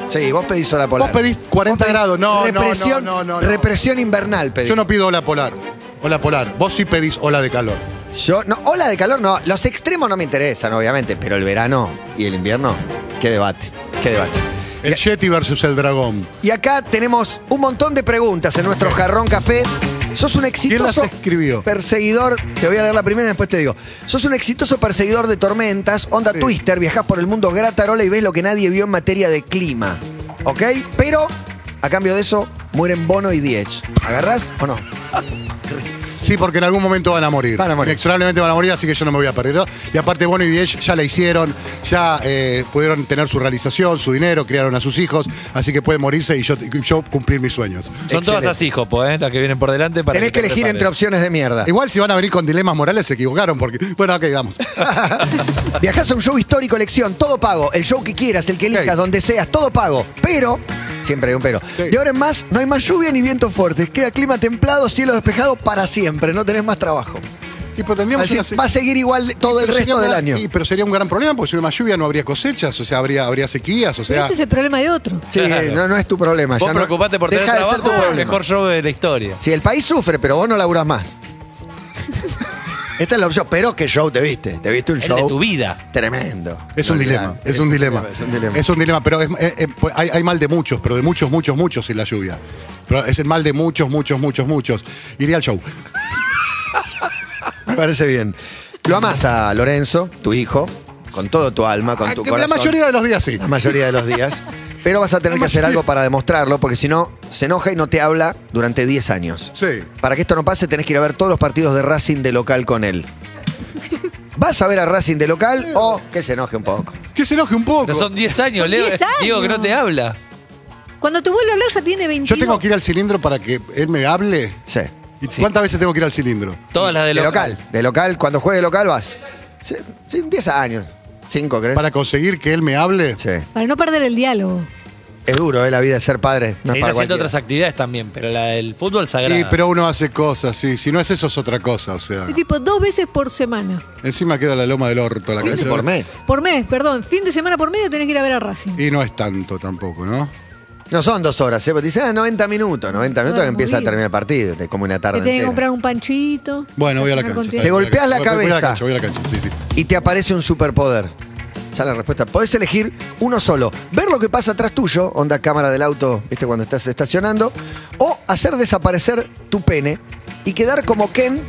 [SPEAKER 2] Sí, vos pedís sola polar.
[SPEAKER 3] Vos pedís 40 grados. No, no,
[SPEAKER 2] represión,
[SPEAKER 3] no, no, no, no.
[SPEAKER 2] Represión invernal pedís.
[SPEAKER 3] Yo no pido ola polar. Ola polar. Vos sí pedís ola de calor.
[SPEAKER 2] Yo, no, ola de calor no. Los extremos no me interesan, obviamente, pero el verano y el invierno, qué debate, qué debate.
[SPEAKER 3] El Yeti versus el dragón.
[SPEAKER 2] Y acá tenemos un montón de preguntas en nuestro jarrón café. Sos un exitoso
[SPEAKER 3] las escribió?
[SPEAKER 2] perseguidor. Te voy a leer la primera y después te digo. Sos un exitoso perseguidor de tormentas, onda twister, viajás por el mundo gratarola y ves lo que nadie vio en materia de clima. ¿Ok? Pero, a cambio de eso, mueren Bono y Diez. ¿Agarrás o no?
[SPEAKER 3] Sí, porque en algún momento van a morir.
[SPEAKER 2] Van a morir.
[SPEAKER 3] Inexorablemente van a morir, así que yo no me voy a perder. ¿no? Y aparte, Bono y Diez ya la hicieron, ya eh, pudieron tener su realización, su dinero, criaron a sus hijos, así que pueden morirse y yo, y yo cumplir mis sueños.
[SPEAKER 4] Son todas
[SPEAKER 2] Excelente.
[SPEAKER 4] así, Jopo, ¿eh? las que vienen por delante. Para
[SPEAKER 2] Tenés que
[SPEAKER 4] te
[SPEAKER 2] elegir
[SPEAKER 4] prepares.
[SPEAKER 2] entre opciones de mierda.
[SPEAKER 3] Igual si van a venir con dilemas morales se equivocaron porque. Bueno, ok, vamos.
[SPEAKER 2] Viajás a un show histórico, elección, todo pago. El show que quieras, el que elijas,
[SPEAKER 3] Sí.
[SPEAKER 2] donde seas, todo pago. Pero, siempre hay un pero.
[SPEAKER 3] Sí.
[SPEAKER 2] De ahora en más, no hay más lluvia ni vientos fuertes. Queda clima templado, cielo despejado para siempre. No tenés más trabajo.
[SPEAKER 3] Y pero tendríamos
[SPEAKER 2] Así,
[SPEAKER 3] una se-
[SPEAKER 2] va a seguir igual de- todo el
[SPEAKER 3] pero sería
[SPEAKER 2] resto del
[SPEAKER 3] una-
[SPEAKER 2] año.
[SPEAKER 3] y- pero sería un gran problema porque si no hay más lluvia no habría cosechas, o sea, habría, habría sequías, o
[SPEAKER 1] Pero
[SPEAKER 3] sea.
[SPEAKER 1] ese es el problema de otro.
[SPEAKER 2] Sí,
[SPEAKER 4] Claro.
[SPEAKER 2] no, no es tu problema.
[SPEAKER 4] Vos
[SPEAKER 2] ya no-
[SPEAKER 4] preocupate por tener
[SPEAKER 2] deja de ser
[SPEAKER 4] trabajo,
[SPEAKER 2] tu
[SPEAKER 4] el
[SPEAKER 2] problema.
[SPEAKER 4] mejor show de la historia.
[SPEAKER 2] Sí, el país sufre, pero vos no laburás más. Esta es la opción. Pero qué show te viste. Te viste un
[SPEAKER 4] El
[SPEAKER 2] show
[SPEAKER 4] de tu vida.
[SPEAKER 2] Tremendo.
[SPEAKER 3] Es un
[SPEAKER 2] No,
[SPEAKER 3] dilema,
[SPEAKER 2] olvidate.
[SPEAKER 3] es un dilema.
[SPEAKER 2] Es un dilema.
[SPEAKER 3] Es un dilema, pero es- eh, eh, pues hay, hay mal de muchos, pero de muchos, muchos, muchos en la lluvia. Pero es el mal de muchos, muchos, muchos, muchos. Iría al show.
[SPEAKER 2] Me parece bien. Lo amas a Lorenzo, tu hijo, con todo tu alma, con tu
[SPEAKER 3] Ah, que
[SPEAKER 2] corazón.
[SPEAKER 3] La mayoría de los días sí.
[SPEAKER 2] La mayoría de los días. Pero vas a tener que hacer algo para demostrarlo, porque si no, se enoja y no te habla durante 10 años.
[SPEAKER 3] Sí.
[SPEAKER 2] Para que esto no pase, tenés que ir a ver todos los partidos de Racing de local con él. ¿Vas a ver a Racing de local o que se enoje un poco?
[SPEAKER 3] Que se enoje un poco.
[SPEAKER 4] No son 10 años,
[SPEAKER 1] Son
[SPEAKER 4] Leo.
[SPEAKER 1] 10 años.
[SPEAKER 4] Digo que no te habla.
[SPEAKER 1] Cuando te vuelve a hablar ya tiene 20.
[SPEAKER 3] Yo tengo que ir al cilindro para que él me hable.
[SPEAKER 2] Sí.
[SPEAKER 3] ¿Y
[SPEAKER 4] Sí.
[SPEAKER 3] cuántas veces tengo que ir al cilindro?
[SPEAKER 4] Todas las de
[SPEAKER 2] De
[SPEAKER 4] local.
[SPEAKER 2] local. De local, cuando juegue de local vas. Sí, sí, 10 años. 5, ¿crees?
[SPEAKER 3] Para conseguir que él me hable.
[SPEAKER 2] Sí.
[SPEAKER 1] Para no perder el diálogo.
[SPEAKER 2] Es duro, ¿eh? La vida de ser padre. No es
[SPEAKER 4] Seguís
[SPEAKER 2] para
[SPEAKER 4] haciendo
[SPEAKER 2] cualquiera.
[SPEAKER 4] otras actividades también, pero la del fútbol sagrada.
[SPEAKER 3] Sí, pero uno hace cosas, sí. Si no es eso, es otra cosa. O sea,
[SPEAKER 1] Es tipo dos veces por semana.
[SPEAKER 3] encima queda la loma del orto la
[SPEAKER 2] Dice
[SPEAKER 3] canción.
[SPEAKER 2] por mes.
[SPEAKER 1] Por mes, perdón. Fin de semana por medio tenés que ir a ver a Racing.
[SPEAKER 3] Y no es tanto tampoco, ¿no?
[SPEAKER 2] No son dos horas, ¿eh? Porque dice, ah, 90 minutos, 90 minutos
[SPEAKER 1] Bueno,
[SPEAKER 2] que empieza a
[SPEAKER 1] movido.
[SPEAKER 2] terminar el partido, te como una tarde.
[SPEAKER 1] Te tenés que
[SPEAKER 2] entera.
[SPEAKER 1] comprar un panchito.
[SPEAKER 3] Bueno, voy a la cancha.
[SPEAKER 1] cenar con
[SPEAKER 3] está bien,
[SPEAKER 2] Te
[SPEAKER 3] voy a
[SPEAKER 2] golpeas la
[SPEAKER 3] cancha. Voy a
[SPEAKER 2] cabeza.
[SPEAKER 3] cancha, Voy a la cancha, sí, sí.
[SPEAKER 2] Y te aparece un superpoder. ya la respuesta. Podés elegir uno solo. Ver lo que pasa atrás tuyo, onda cámara del auto, viste, cuando estás estacionando. O hacer desaparecer tu pene y quedar como Ken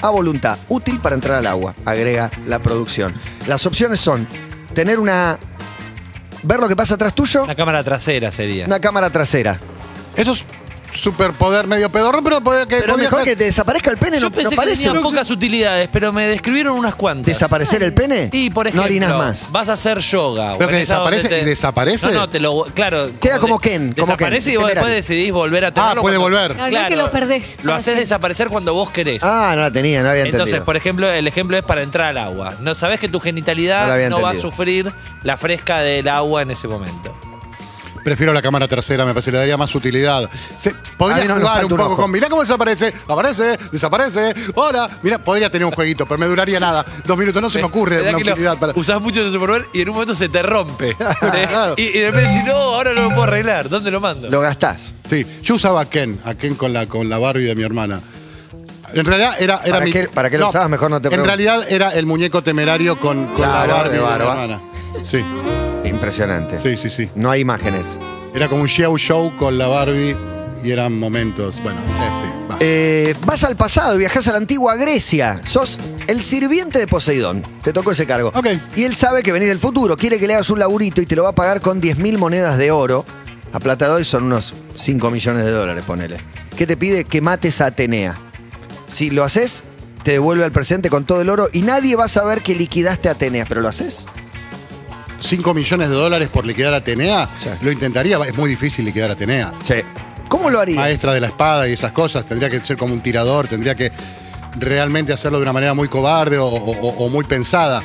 [SPEAKER 2] a voluntad. Útil para entrar al agua, agrega la producción. Las opciones son tener una... Ver lo que pasa atrás tuyo,
[SPEAKER 4] Una cámara trasera sería.
[SPEAKER 2] una cámara trasera.
[SPEAKER 3] Eso es superpoder medio pedorro, pero puede- que
[SPEAKER 2] Pero
[SPEAKER 3] podría
[SPEAKER 2] mejor
[SPEAKER 3] ser-
[SPEAKER 2] que te desaparezca el pene,
[SPEAKER 4] Yo
[SPEAKER 2] no,
[SPEAKER 4] pensé
[SPEAKER 2] no
[SPEAKER 4] que
[SPEAKER 2] parece.
[SPEAKER 4] tenía pocas utilidades, pero me describieron unas cuantas.
[SPEAKER 2] ¿Desaparecer el pene?
[SPEAKER 4] Y por
[SPEAKER 2] No
[SPEAKER 4] ejemplo,
[SPEAKER 2] orinás más.
[SPEAKER 4] vas a hacer yoga.
[SPEAKER 3] Pero que
[SPEAKER 4] organizado
[SPEAKER 3] desaparece
[SPEAKER 4] donde
[SPEAKER 3] y desaparece.
[SPEAKER 4] No, no, te lo. Claro.
[SPEAKER 2] Queda como
[SPEAKER 4] de-
[SPEAKER 2] Ken, como
[SPEAKER 4] Desaparece
[SPEAKER 2] Ken,
[SPEAKER 4] y vos
[SPEAKER 2] general.
[SPEAKER 4] después decidís volver
[SPEAKER 2] Ah,
[SPEAKER 4] a tenerlo.
[SPEAKER 3] puede
[SPEAKER 4] cuando-
[SPEAKER 3] volver.
[SPEAKER 1] Claro, no es que lo perdés.
[SPEAKER 4] Lo haces desaparecer cuando vos querés.
[SPEAKER 2] Ah, no la tenía, no había entendido.
[SPEAKER 4] Entonces, por ejemplo, el ejemplo es para entrar al agua. No sabés que tu
[SPEAKER 2] No la
[SPEAKER 4] genitalidad
[SPEAKER 2] había
[SPEAKER 4] no, va a
[SPEAKER 2] entendido.
[SPEAKER 4] sufrir la fresca del agua en ese momento.
[SPEAKER 3] Prefiero la cámara trasera, me parece, le daría más utilidad. Se, podría
[SPEAKER 2] A mí no nos
[SPEAKER 3] jugar
[SPEAKER 2] falta
[SPEAKER 3] un
[SPEAKER 2] un
[SPEAKER 3] poco
[SPEAKER 2] ojo.
[SPEAKER 3] con. Mirá cómo desaparece, aparece, desaparece, hola. Mirá, podría tener un jueguito, pero me duraría nada. Dos minutos, no se me ocurre
[SPEAKER 4] ¿Verdad
[SPEAKER 3] una
[SPEAKER 4] que lo
[SPEAKER 3] utilidad para.
[SPEAKER 4] Usás mucho en el superpoder y en un momento se te rompe. Eh,
[SPEAKER 3] Claro.
[SPEAKER 4] y, y después decís, no, ahora no lo puedo arreglar. ¿Dónde lo mando?
[SPEAKER 2] Lo gastás.
[SPEAKER 3] Sí, yo usaba a Ken, a Ken con la, con la Barbie de mi hermana. En realidad era, era
[SPEAKER 2] ¿Para
[SPEAKER 3] mi.
[SPEAKER 2] qué- para qué lo usabas? Mejor no te
[SPEAKER 3] En
[SPEAKER 2] pregunto.
[SPEAKER 3] realidad era el muñeco temerario con, con la
[SPEAKER 2] Claro,
[SPEAKER 3] Barbie
[SPEAKER 2] de
[SPEAKER 3] de, mi
[SPEAKER 2] barba.
[SPEAKER 3] hermana. Sí,
[SPEAKER 2] Impresionante.
[SPEAKER 3] sí, sí, sí.
[SPEAKER 2] No hay imágenes.
[SPEAKER 3] Era como un show show con la Barbie y eran momentos. Bueno, F. va.
[SPEAKER 2] Eh, vas al pasado, viajas a la antigua Grecia. Sos el sirviente de Poseidón. Te tocó ese cargo.
[SPEAKER 3] Ok.
[SPEAKER 2] Y él sabe que venís del futuro. Quiere que le hagas un laburito y te lo va a pagar con 10.000 monedas de oro. A plata de hoy son unos 5 millones de dólares, ponele. ¿Qué te pide? Que mates a Atenea. Si lo haces, te devuelve al presente con todo el oro y nadie va a saber que liquidaste a Atenea. ¿Pero lo haces?
[SPEAKER 3] 5 millones de dólares por liquidar a Atenea,
[SPEAKER 2] Sí.
[SPEAKER 3] lo intentaría, es muy difícil liquidar a Atenea.
[SPEAKER 2] Sí. ¿Cómo lo harías?
[SPEAKER 3] Maestra de la espada y esas cosas, tendría que ser como un tirador, tendría que realmente hacerlo de una manera muy cobarde o, o- o- o muy pensada.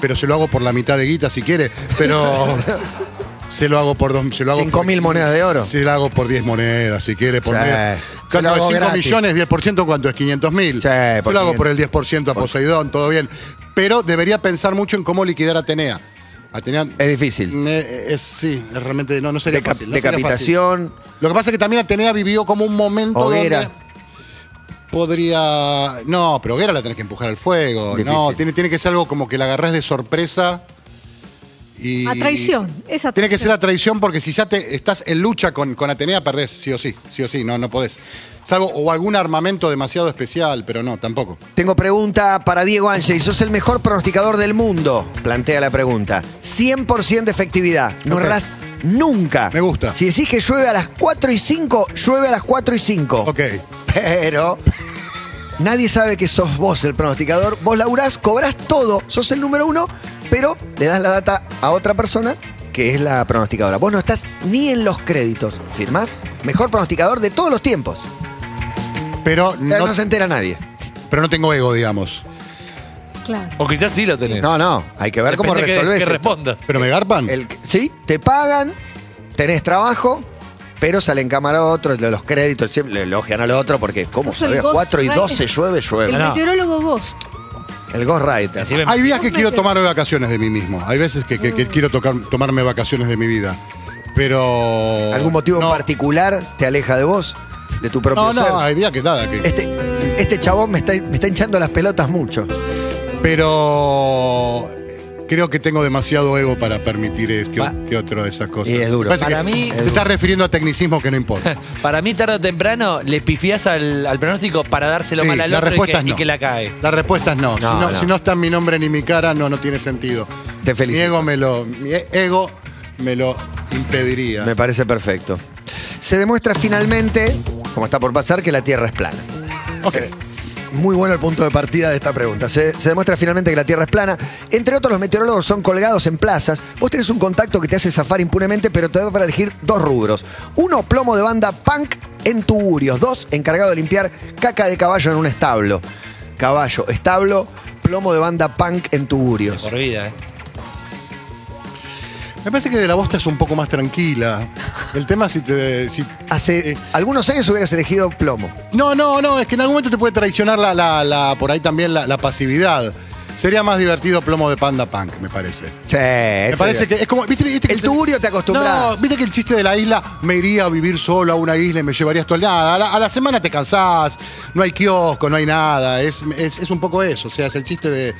[SPEAKER 3] Pero se lo hago por la mitad de guita si quiere, pero se lo hago por dos. Se lo hago
[SPEAKER 2] Cinco
[SPEAKER 3] por-
[SPEAKER 2] mil monedas de oro.
[SPEAKER 3] Se lo hago por 10 monedas si quiere, por
[SPEAKER 2] Sí.
[SPEAKER 3] diez.
[SPEAKER 2] Se lo hago
[SPEAKER 3] 5
[SPEAKER 2] gratis.
[SPEAKER 3] millones, 10%, ¿cuánto es? 500 mil.
[SPEAKER 2] Sí,
[SPEAKER 3] se
[SPEAKER 2] por
[SPEAKER 3] lo hago
[SPEAKER 2] 500.
[SPEAKER 3] por el 10% a Poseidón, todo bien. Pero debería pensar mucho en cómo liquidar a Atenea. Atenea
[SPEAKER 2] Es difícil.
[SPEAKER 3] eh, es- sí, es realmente no, no sería
[SPEAKER 2] Deca-
[SPEAKER 3] fácil. no sería
[SPEAKER 2] decapitación.
[SPEAKER 3] fácil. Lo que pasa es que también Atenea vivió como un momento
[SPEAKER 2] Hoguera.
[SPEAKER 3] donde podría... No, pero Hoguera la tenés que empujar al fuego.
[SPEAKER 2] Difícil.
[SPEAKER 3] No, tiene, tiene que ser algo como que la agarrás de sorpresa y...
[SPEAKER 1] A traición. Es a
[SPEAKER 3] Tiene que ser
[SPEAKER 1] traición.
[SPEAKER 3] a traición porque si ya te estás en lucha con, con Atenea, perdés, sí o sí, sí o sí, no, no podés. Salvo o algún armamento demasiado especial, pero no, tampoco.
[SPEAKER 2] Tengo pregunta para Diego Ángel. ¿Sos el mejor pronosticador del mundo? Plantea la pregunta. 100% de efectividad. No
[SPEAKER 3] Ok.
[SPEAKER 2] errás nunca.
[SPEAKER 3] Me gusta.
[SPEAKER 2] Si decís que llueve a las 4 y 5, llueve a las 4 y 5.
[SPEAKER 3] Ok.
[SPEAKER 2] Pero nadie sabe que sos vos el pronosticador. Vos laburás, cobrás todo, sos el número uno, pero le das la data a otra persona que es la pronosticadora. Vos no estás ni en los créditos. ¿Firmás? Mejor pronosticador de todos los tiempos.
[SPEAKER 3] Pero
[SPEAKER 2] Eh, No,
[SPEAKER 3] no,
[SPEAKER 2] se entera nadie.
[SPEAKER 3] pero no tengo ego, digamos.
[SPEAKER 1] Claro.
[SPEAKER 4] O quizás sí lo tenés.
[SPEAKER 2] No, no, hay que ver cómo
[SPEAKER 4] Depende que-
[SPEAKER 2] resolvés.
[SPEAKER 4] Que,
[SPEAKER 2] esto.
[SPEAKER 4] responda.
[SPEAKER 3] ¿Pero me garpan?
[SPEAKER 2] El- sí, te pagan, tenés trabajo, pero sale en cámara otro, lo- los créditos siempre le elogian al otro porque, ¿cómo
[SPEAKER 1] Vos sos el
[SPEAKER 2] sabés?
[SPEAKER 1] Ghost
[SPEAKER 2] 4 y
[SPEAKER 1] Rider.
[SPEAKER 2] 12 llueve,
[SPEAKER 1] El
[SPEAKER 2] llueve.
[SPEAKER 4] No.
[SPEAKER 1] meteorólogo Ghost.
[SPEAKER 2] El Ghost Rider.
[SPEAKER 4] Así me-
[SPEAKER 3] Hay días que
[SPEAKER 1] Vos
[SPEAKER 3] quiero
[SPEAKER 1] metés.
[SPEAKER 3] tomarme vacaciones de mí mismo. Hay veces que, que- que quiero tocar, tomarme vacaciones de mi vida. Pero.
[SPEAKER 2] ¿Algún motivo
[SPEAKER 3] no,
[SPEAKER 2] en particular te aleja de vos, de tu propio
[SPEAKER 3] No,
[SPEAKER 2] ser?
[SPEAKER 3] no, hay días que nada. que-
[SPEAKER 2] Este, este chabón me está, me está hinchando las pelotas mucho.
[SPEAKER 3] pero. Creo que tengo demasiado ego para permitir es- que,
[SPEAKER 4] Va.
[SPEAKER 3] que otro de esas cosas.
[SPEAKER 2] Y es duro.
[SPEAKER 3] Parece
[SPEAKER 4] Para
[SPEAKER 3] que
[SPEAKER 4] mí-
[SPEAKER 3] Te estás refiriendo a tecnicismo que no importa.
[SPEAKER 4] Para mí, tarde o temprano, le pifiás al, al pronóstico para dárselo
[SPEAKER 3] Sí,
[SPEAKER 4] mal al
[SPEAKER 3] la
[SPEAKER 4] otro y
[SPEAKER 3] respuesta
[SPEAKER 4] que,
[SPEAKER 3] es
[SPEAKER 4] y
[SPEAKER 3] no.
[SPEAKER 4] que la cae.
[SPEAKER 3] Las respuestas no. Si
[SPEAKER 2] No,
[SPEAKER 3] no,
[SPEAKER 2] no.
[SPEAKER 3] Si no está mi nombre ni mi cara, no, no tiene sentido.
[SPEAKER 2] Te felicito.
[SPEAKER 3] Mi ego me lo, mi e- ego me lo impediría.
[SPEAKER 2] Me parece perfecto. Se demuestra finalmente, como está por pasar, que la Tierra es plana. Eh,
[SPEAKER 3] Ok.
[SPEAKER 2] Muy bueno el punto de partida de esta pregunta. Se, se demuestra finalmente que la Tierra es plana. Entre otros, los meteorólogos son colgados en plazas. Vos tenés un contacto que te hace zafar impunemente, pero te da para elegir dos rubros. Uno, plomo de banda punk en tuburios. Dos, encargado de limpiar caca de caballo en un establo. Caballo, establo, plomo de banda punk en tuburios.
[SPEAKER 4] Por vida, ¿eh?
[SPEAKER 3] Me parece que de la bosta es un poco más tranquila. El tema es si te. si-
[SPEAKER 2] Hace
[SPEAKER 3] eh,
[SPEAKER 2] algunos años hubieras elegido plomo.
[SPEAKER 3] no, no, no, es que en algún momento te puede traicionar la, la- la- por ahí también la, la pasividad. Sería más divertido plomo de panda punk, me parece.
[SPEAKER 2] Sí,
[SPEAKER 3] Me parece que es como. ¿viste, viste que
[SPEAKER 2] El tugurio te acostumbrás.
[SPEAKER 3] No, viste que el chiste de la isla, me iría a vivir solo a una isla y me llevarías todo el nada. A la, a la semana te cansás, no hay kiosco, no hay nada. Es, es- es un poco eso. O sea, es el chiste de.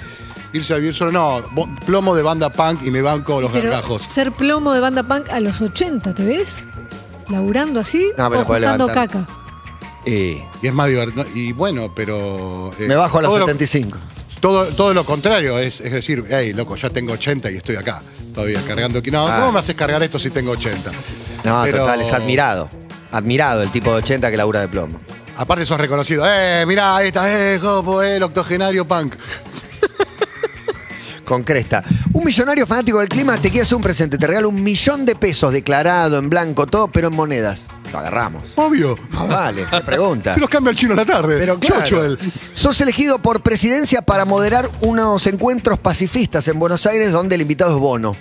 [SPEAKER 3] irse a vivir solo. No, bo- plomo de banda punk y me banco los
[SPEAKER 1] Pero
[SPEAKER 3] gargajos.
[SPEAKER 1] ser plomo de banda punk a los 80, ¿te ves? Laburando así
[SPEAKER 2] No, pero
[SPEAKER 1] o
[SPEAKER 2] puede
[SPEAKER 1] juntando
[SPEAKER 2] levantar.
[SPEAKER 1] caca.
[SPEAKER 2] Y
[SPEAKER 3] Y es más divertido. Y bueno, pero. eh,
[SPEAKER 2] me bajo a los
[SPEAKER 3] todo lo-
[SPEAKER 2] 75.
[SPEAKER 3] Todo, todo lo contrario, es, es decir, hey, loco, ya tengo 80 y estoy acá, todavía cargando aquí. No,
[SPEAKER 2] Ah.
[SPEAKER 3] ¿cómo me haces cargar esto si tengo 80?
[SPEAKER 2] No,
[SPEAKER 3] Pero-
[SPEAKER 2] total, es admirado. Admirado el tipo de 80 que labura de plomo.
[SPEAKER 3] Aparte sos reconocido, eh, mirá, ahí está, eh, Jopo, eh, el octogenario punk.
[SPEAKER 2] Con cresta. Un millonario fanático del clima te quiere hacer un presente. Te regala un millón de pesos declarado en blanco, todo, pero en monedas. Lo agarramos.
[SPEAKER 3] Obvio.
[SPEAKER 2] No, vale, qué pregunta.
[SPEAKER 3] Se los cambia el chino a la tarde.
[SPEAKER 2] Pero claro,
[SPEAKER 3] Chocho él.
[SPEAKER 2] sos elegido por presidencia para moderar unos encuentros pacifistas en Buenos Aires donde el invitado es Bono.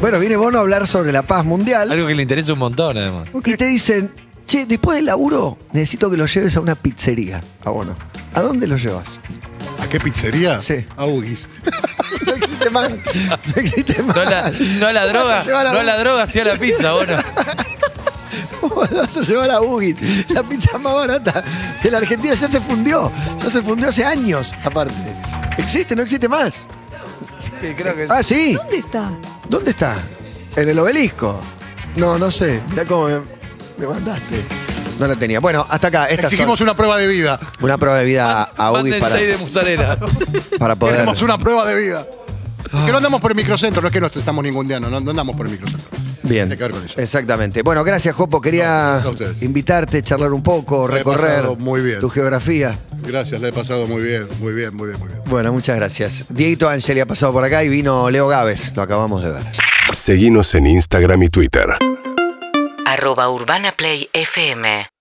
[SPEAKER 2] Bueno, viene Bono a hablar sobre la paz mundial
[SPEAKER 4] Algo que le interesa un montón, además.
[SPEAKER 2] y te dicen, che, después del laburo necesito que lo lleves a una pizzería, a Bono. ¿A dónde lo llevas?
[SPEAKER 3] ¿A qué pizzería?
[SPEAKER 2] Sí.
[SPEAKER 3] A Ugis.
[SPEAKER 2] No existe más. No existe más.
[SPEAKER 4] No a la, no a la
[SPEAKER 2] ¿Cómo
[SPEAKER 4] droga,
[SPEAKER 2] te lleva
[SPEAKER 4] no a la droga, sí a la pizza, bueno.
[SPEAKER 2] ¿Cómo vas a llevar a Ugin? La pizza más barata de la Argentina ya se fundió. Ya se fundió hace años, aparte. ¿Existe? ¿No existe más?
[SPEAKER 4] creo que
[SPEAKER 2] Ah, sí.
[SPEAKER 1] ¿Dónde está?
[SPEAKER 2] ¿Dónde está? ¿En el obelisco? No, no sé. Mirá cómo me, me mandaste. No la tenía. Bueno, hasta acá. Esta
[SPEAKER 3] Exigimos una prueba de vida.
[SPEAKER 2] una prueba de vida a Ugin
[SPEAKER 4] Manden
[SPEAKER 2] para,
[SPEAKER 4] seis de mozzarella.
[SPEAKER 2] para poder. Ah.
[SPEAKER 3] Queremos una prueba de vida. Que no andamos por el microcentro, no es que no estamos ninguneando, no, no andamos por el microcentro.
[SPEAKER 2] Bien.
[SPEAKER 3] Tiene que ver con eso.
[SPEAKER 2] Exactamente. Bueno, gracias, Jopo. Quería
[SPEAKER 3] No, a ustedes.
[SPEAKER 2] invitarte, charlar un poco,
[SPEAKER 3] La he
[SPEAKER 2] recorrer
[SPEAKER 3] pasado muy bien.
[SPEAKER 2] tu geografía.
[SPEAKER 3] Gracias, la he pasado muy bien, muy bien, muy bien, muy bien.
[SPEAKER 2] Bueno, muchas gracias. Dieguito Angeli ha pasado por acá y vino Leo Gávez. Lo acabamos de ver.
[SPEAKER 7] Seguinos en Instagram y Twitter.
[SPEAKER 8] arroba urbanaplayfm